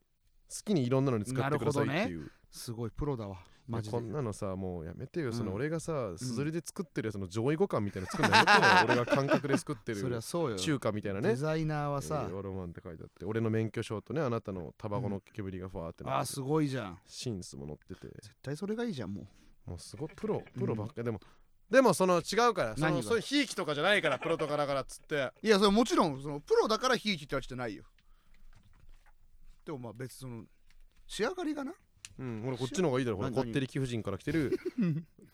Speaker 1: 好きにいろんなのに使ってくださいって
Speaker 2: な
Speaker 1: いう
Speaker 2: すごい、プロだわ。マジ
Speaker 1: こ
Speaker 2: で。
Speaker 1: んなのさもうやめてよその
Speaker 2: うん
Speaker 1: 俺がさすずりで作ってるその上位互換みたいなの作るのやめ
Speaker 2: (laughs)
Speaker 1: てよ俺が感覚で作って
Speaker 2: そりゃ
Speaker 1: る
Speaker 2: そうよ。
Speaker 1: 中華みたいなね
Speaker 2: デザイナーはさ
Speaker 1: 栄。養ロマンって書いてあって俺の免許証とねあなたのタバコの煙がファーってなってて
Speaker 2: あー、すごいじゃん。
Speaker 1: シンスも載ってて
Speaker 2: 絶対それがいいじゃん、もう。
Speaker 1: もうすごいプロプロばっかりでもでもその違うからそ
Speaker 2: 何
Speaker 1: の
Speaker 2: が
Speaker 1: そういうひいきとかじゃないからプロとかだからっつって
Speaker 2: いや、それもちろん、そのプロだからひいきってわけじゃないよ。でもまあ別にその、仕上がりがな。
Speaker 1: うん俺こっちの方がいいだろほら
Speaker 2: 何
Speaker 1: こってり貴婦人から来てる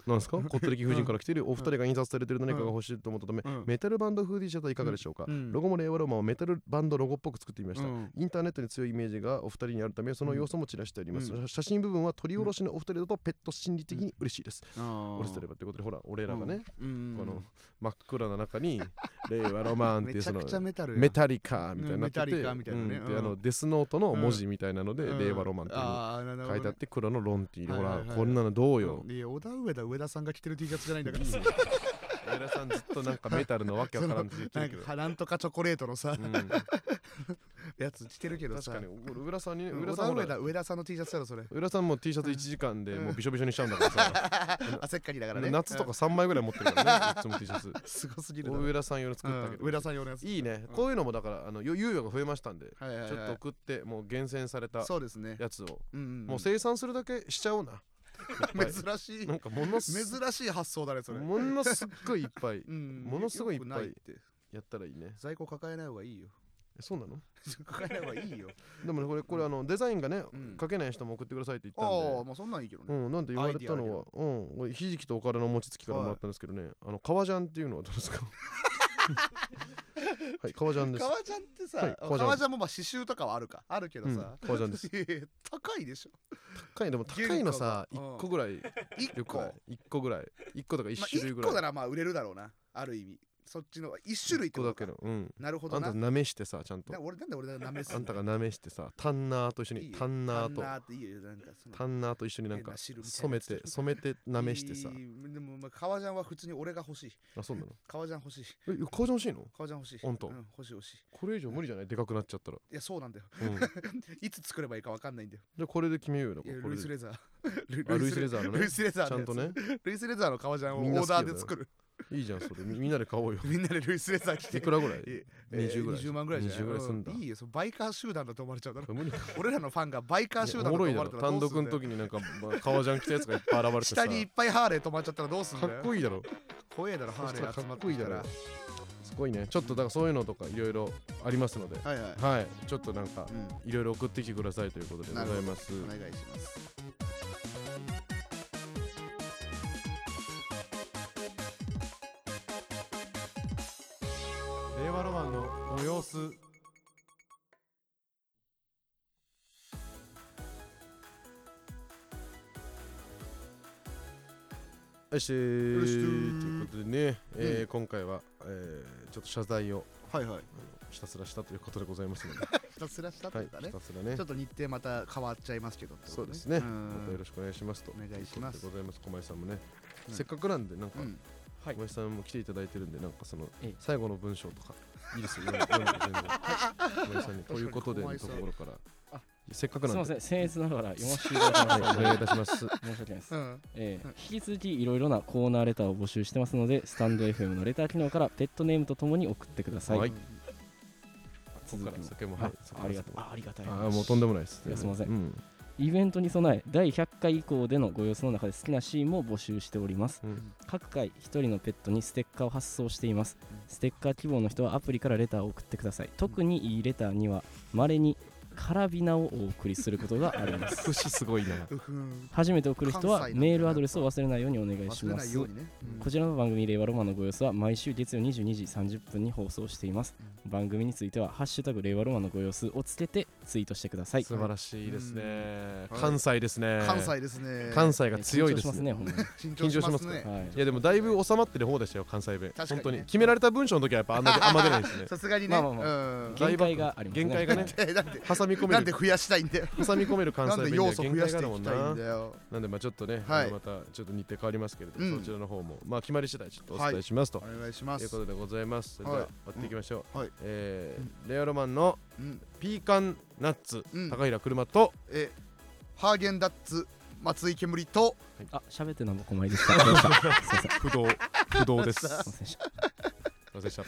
Speaker 1: なんですかこってり貴婦人から来てるお二人が印刷されてる何かが欲しいと思ったため
Speaker 2: うん
Speaker 1: メタルバンド風 T シャツはいかがでしょうか
Speaker 2: うん
Speaker 1: ロゴも令和ロマンをメタルバンドロゴっぽく作ってみました
Speaker 2: うん
Speaker 1: インターネットに強いイメージがお二人にあるためその様子も散らしてあります、
Speaker 2: う
Speaker 1: 写真部分は撮り下ろしのお二人だとペット心理的に嬉しいです、
Speaker 2: あー
Speaker 1: 俺とればということでほら俺らがね、
Speaker 2: うん、
Speaker 1: この真っ暗な中に「令和ロマン」ってい
Speaker 2: め
Speaker 1: う
Speaker 2: ち
Speaker 1: そ
Speaker 2: ゃ
Speaker 1: の
Speaker 2: くちゃメタルやん
Speaker 1: メタリカみたいになってて、
Speaker 2: うんメタリカみたいなね
Speaker 1: うんで
Speaker 2: うん
Speaker 1: あのデスノートの文字みたいなので「
Speaker 2: うん
Speaker 1: 令和ロマン」っていうの
Speaker 2: あーなるほど
Speaker 1: が
Speaker 2: ね
Speaker 1: 書いてあって黒のロンティーで
Speaker 2: は
Speaker 1: ほ
Speaker 2: いはい
Speaker 1: ら
Speaker 2: はい
Speaker 1: こんなのどうよ
Speaker 2: うんいや、小田上田上田さんが着てる T シャツじゃないんだから。 (laughs)
Speaker 1: 上田さんずっとなんかメタルのわけわからんって言って
Speaker 2: なん
Speaker 1: るけど
Speaker 2: か、なんとかチョコレートのさ、
Speaker 1: うん
Speaker 2: やつ着てるけど
Speaker 1: 確
Speaker 2: さ。
Speaker 1: かに俺上田さんにね
Speaker 2: うん
Speaker 1: 上田
Speaker 2: 小
Speaker 1: さ
Speaker 2: 田
Speaker 1: んほ
Speaker 2: 上田
Speaker 1: ら
Speaker 2: 上田さんの T シャツだろ、それ。
Speaker 1: 上田さんも T シャツ1時間でもうびしょびしょにしちゃうんだからさ
Speaker 2: (laughs) 汗っかきだからね。
Speaker 1: 夏と
Speaker 2: う
Speaker 1: か3枚ぐらい持ってる
Speaker 2: (laughs)
Speaker 1: からね、いつも T シャツ。
Speaker 2: ん。すごすぎるだろ。
Speaker 1: 上田さん用の作ったけ
Speaker 2: うん
Speaker 1: ど、
Speaker 2: 上田さん用のやつ。
Speaker 1: いいね
Speaker 2: う、ん
Speaker 1: こういうのもだから、あの、よ猶予が増えましたんで、
Speaker 2: はいはい
Speaker 1: ち
Speaker 2: は
Speaker 1: ょ
Speaker 2: い
Speaker 1: っと送って、もう厳選された
Speaker 2: そうですね。
Speaker 1: やつを、
Speaker 2: うんうん
Speaker 1: もう生産するだけしちゃ
Speaker 2: (laughs)
Speaker 1: おうな。
Speaker 2: 珍しい
Speaker 1: な。んかものす
Speaker 2: 珍しい発想だね、それ。
Speaker 1: ものすっごいいっぱい
Speaker 2: うん
Speaker 1: ものすごいいっぱい
Speaker 2: よくなって
Speaker 1: やったらいいね。
Speaker 2: 在庫抱えない方がいいよ。
Speaker 1: えそうなの
Speaker 2: 抱えない方がいいよ。
Speaker 1: でもね、これ、これ、あの、デザインがね
Speaker 2: うん、
Speaker 1: 書けない人も送ってくださいって言
Speaker 2: ああ
Speaker 1: ったん
Speaker 2: ー、
Speaker 1: で。
Speaker 2: まあそんなんいいけど
Speaker 1: う
Speaker 2: ね。
Speaker 1: ん、なんて言われたの
Speaker 2: アイ
Speaker 1: は、うん、俺ひじきとおからの餅つきからもらったんですけどね、あの、革ジャンっていうのはどうですかはい、革ジャンです。
Speaker 2: 革ジャンって
Speaker 1: は
Speaker 2: さ
Speaker 1: い、革ジャン
Speaker 2: 革ジャンもまあ刺繍とかはあるか。あるけど
Speaker 1: うん
Speaker 2: さ。
Speaker 1: 革ジャン
Speaker 2: (laughs)
Speaker 1: です。
Speaker 2: いやいや高いでしょ。
Speaker 1: 高いでも高いのさ
Speaker 2: 原
Speaker 1: 1
Speaker 2: 価が
Speaker 1: 個ぐらい
Speaker 2: 1
Speaker 1: よく
Speaker 2: 個。
Speaker 1: ない1個ぐらい1個とか1
Speaker 2: まあ、
Speaker 1: 種類
Speaker 2: 1
Speaker 1: ぐら
Speaker 2: 個
Speaker 1: い、
Speaker 2: ならまあ売れるだろうなある意味そっちの1種類って
Speaker 1: 個
Speaker 2: こ
Speaker 1: だ
Speaker 2: と
Speaker 1: け
Speaker 2: か
Speaker 1: のうん
Speaker 2: なるほ
Speaker 1: あ
Speaker 2: ど
Speaker 1: んた
Speaker 2: な
Speaker 1: 舐めしてさちゃんと
Speaker 2: な俺なんで俺が舐めす
Speaker 1: あんたが舐めしてさタンナーと一緒
Speaker 2: いい
Speaker 1: に
Speaker 2: よ
Speaker 1: タンナーと
Speaker 2: タンナーっていいよなんかその
Speaker 1: タンナーと一緒になん
Speaker 2: 変
Speaker 1: か
Speaker 2: な汁みたい
Speaker 1: 染
Speaker 2: な
Speaker 1: め
Speaker 2: やつ
Speaker 1: て染めて
Speaker 2: (laughs)
Speaker 1: 舐めしてさ
Speaker 2: いいでもまあ革ジャンは普通に俺が欲しい
Speaker 1: あそうなの
Speaker 2: 革ジャン欲しい
Speaker 1: え革ジャン欲しいの
Speaker 2: 革ジャン欲しい
Speaker 1: ほんと
Speaker 2: うん、欲しい欲しい
Speaker 1: これ以上無理じゃないでかくなっちゃったら、
Speaker 2: いやそうなんだよ
Speaker 1: うん、じゃ
Speaker 2: いつ作ればいいかわかんないんだよ
Speaker 1: あこれで決めようよだ
Speaker 2: い
Speaker 1: か
Speaker 2: や
Speaker 1: らこ
Speaker 2: ル
Speaker 1: れ
Speaker 2: イ
Speaker 1: で
Speaker 2: ス・レザー (laughs) ル
Speaker 1: あルイスレザーのね
Speaker 2: ルイスレザー
Speaker 1: ちゃ
Speaker 2: の
Speaker 1: ん
Speaker 2: やつ
Speaker 1: とね
Speaker 2: ルイスレザーの革ジャンを
Speaker 1: みんな
Speaker 2: オ
Speaker 1: 好き
Speaker 2: ー
Speaker 1: よ
Speaker 2: ダーで作る
Speaker 1: いいじゃんそれみみんなで買
Speaker 2: (laughs)
Speaker 1: おうよ
Speaker 2: みんなでルイスレザー着
Speaker 1: い (laughs)
Speaker 2: て
Speaker 1: くらぐらい
Speaker 2: ええ
Speaker 1: 20
Speaker 2: ー
Speaker 1: ぐらい
Speaker 2: 20万ぐらいじゃない
Speaker 1: 20ぐらいすんだ
Speaker 2: ういいよそのバイカー集団だと思われちゃうだろ
Speaker 1: 無理か
Speaker 2: 俺らのファンがバイカー集団
Speaker 1: お
Speaker 2: だ
Speaker 1: も
Speaker 2: と
Speaker 1: ろい
Speaker 2: 思
Speaker 1: だ
Speaker 2: わ
Speaker 1: ろ
Speaker 2: れたらど
Speaker 1: 単
Speaker 2: うす
Speaker 1: 独
Speaker 2: ん
Speaker 1: の
Speaker 2: だよ
Speaker 1: 時になんかま革ジャン着たやつがいっぱい現れてさ
Speaker 2: 下にいっぱいハーレー止まっちゃったらどうすん
Speaker 1: か
Speaker 2: だ
Speaker 1: っ
Speaker 2: よ
Speaker 1: こいいだろ
Speaker 2: 怖えだろハーレー集
Speaker 1: か
Speaker 2: ま
Speaker 1: っ
Speaker 2: って
Speaker 1: こい
Speaker 2: き
Speaker 1: いだ
Speaker 2: た
Speaker 1: ろ
Speaker 2: ら
Speaker 1: すごいねちょっとだからそういうのとかいろいろありますので、
Speaker 2: はいはい
Speaker 1: はい、ちょっとなんか
Speaker 2: うん
Speaker 1: いろいろ送ってきてくださいということでございます。
Speaker 2: お願いします
Speaker 3: 令和ロマンのご様子
Speaker 1: よし
Speaker 2: よろしく
Speaker 1: ーということでね、えー今回は、えーちょっと謝罪を
Speaker 2: はいはい
Speaker 1: あのひたすらしたということでござい
Speaker 2: (laughs)
Speaker 1: ますので、
Speaker 2: ひたすらしたって
Speaker 1: は
Speaker 2: こ
Speaker 1: い
Speaker 2: と、だ
Speaker 1: ひ
Speaker 2: ね
Speaker 1: たすらね
Speaker 2: ちょっと日程また変わっちゃいますけどってこ
Speaker 1: そ
Speaker 2: と
Speaker 1: うですね、
Speaker 2: ん
Speaker 1: またよろしくお願いしますと。
Speaker 2: お願いします
Speaker 1: とうことでございます。小林さんもね、
Speaker 2: うん
Speaker 1: せっかくなんでなんか、
Speaker 2: うん
Speaker 1: 小林さんも来ていただいてるんでなんかその
Speaker 4: ええ
Speaker 1: 最後の文章とかいいですよ、言わなくて全然。今井さんにということでの
Speaker 2: 確かに
Speaker 1: と
Speaker 2: 小林さん
Speaker 1: ころから。せっかく
Speaker 4: すみ
Speaker 1: なん
Speaker 4: ま
Speaker 1: で。
Speaker 4: せん、僭越な
Speaker 1: (laughs)
Speaker 4: がら読ませていただきま
Speaker 1: はい
Speaker 4: す
Speaker 1: お願いいたします。
Speaker 4: 申し訳ないです
Speaker 2: う。ん
Speaker 4: えー引き続きいろいろなコーナーレターを募集してますので、スタンド FM のレター機能からペットネームとともに送ってください。
Speaker 1: はいこ
Speaker 4: 続
Speaker 1: こ
Speaker 4: き
Speaker 1: か
Speaker 4: も
Speaker 1: ら酒も、
Speaker 4: あ
Speaker 1: はい。酒も
Speaker 4: ありがとう。あありがたい。
Speaker 1: ああ、もうとんでもないです。
Speaker 4: いやすいませ (laughs) ん
Speaker 1: うん。
Speaker 4: イベントに備え、第100回以降でのご様子の中で好きなシーンも募集しております。
Speaker 1: うん
Speaker 4: 各回1人のペットにステッカーを発送しています。ステッカー希望の人はアプリからレターを送ってください。特にいいレターには、まれにカラビナをお送りすることが
Speaker 1: (laughs)
Speaker 4: あります。
Speaker 1: 寿司すごいな。
Speaker 2: うふん
Speaker 4: 初めて送る人は
Speaker 2: 関西なんだよな
Speaker 4: メールアドレスを忘れないようにお願いし
Speaker 2: 忘れ
Speaker 4: ま
Speaker 2: ない
Speaker 4: す
Speaker 2: よう。にねうん
Speaker 4: こちらの番組「令和ロマンのご様子」は毎週月曜22時30分に放送しています、番組については「ハッシュタグ令和ロマンのご様子」をつけてツイートしてください
Speaker 1: 素晴らしいですね。
Speaker 2: うん
Speaker 1: 関西ですね。
Speaker 2: 関。西ですね
Speaker 1: 関西が強い
Speaker 4: 緊張
Speaker 1: で
Speaker 4: しますす
Speaker 1: ね。
Speaker 4: ねほんまに、
Speaker 2: 緊張しますね
Speaker 4: はい
Speaker 1: いやでもだいぶ収まってる方でしたよ関西弁
Speaker 2: 確かにね
Speaker 1: 本当に決められた文章の時はやっぱあんなあんま出ない
Speaker 2: (laughs)
Speaker 1: ですね
Speaker 2: さすがにね
Speaker 4: ま
Speaker 2: う
Speaker 4: あまあま
Speaker 2: ん
Speaker 4: 限界がありますね
Speaker 1: 限界がね
Speaker 4: はい
Speaker 2: え (laughs) なんで
Speaker 1: 挟み込め
Speaker 2: なんで
Speaker 1: る
Speaker 2: 増やしたいんだよ
Speaker 1: 挟み込める関
Speaker 2: な
Speaker 1: 西
Speaker 2: ん
Speaker 1: 弁
Speaker 2: で
Speaker 1: には
Speaker 2: 要素
Speaker 1: 限
Speaker 2: 増や
Speaker 1: 界
Speaker 2: して
Speaker 1: がだ
Speaker 2: い
Speaker 1: も
Speaker 2: き
Speaker 1: ん
Speaker 2: たい
Speaker 1: なん
Speaker 2: だよ
Speaker 1: なんでまあちょっとね、
Speaker 2: はい
Speaker 1: あのまたちょっと日程変わりますけれども、
Speaker 2: うん
Speaker 1: そちらの方もまあ決まり次第ちょっとお伝えしますと、
Speaker 2: お願いしま
Speaker 1: という
Speaker 2: す
Speaker 1: ことでございますそれでは
Speaker 2: はい
Speaker 1: 終わっていきましょう、
Speaker 2: うんはい
Speaker 1: えーレアロマンの
Speaker 2: うん
Speaker 1: ピーカンナッツ、
Speaker 2: うん
Speaker 1: 高平車と
Speaker 2: えハーゲンダッツ松井煙と
Speaker 4: (laughs) あ喋 (laughs) ってなんぼこまいでしたすいませんすい
Speaker 2: (laughs)
Speaker 1: 不動不動ですすい
Speaker 4: ませんでした
Speaker 1: ませんでした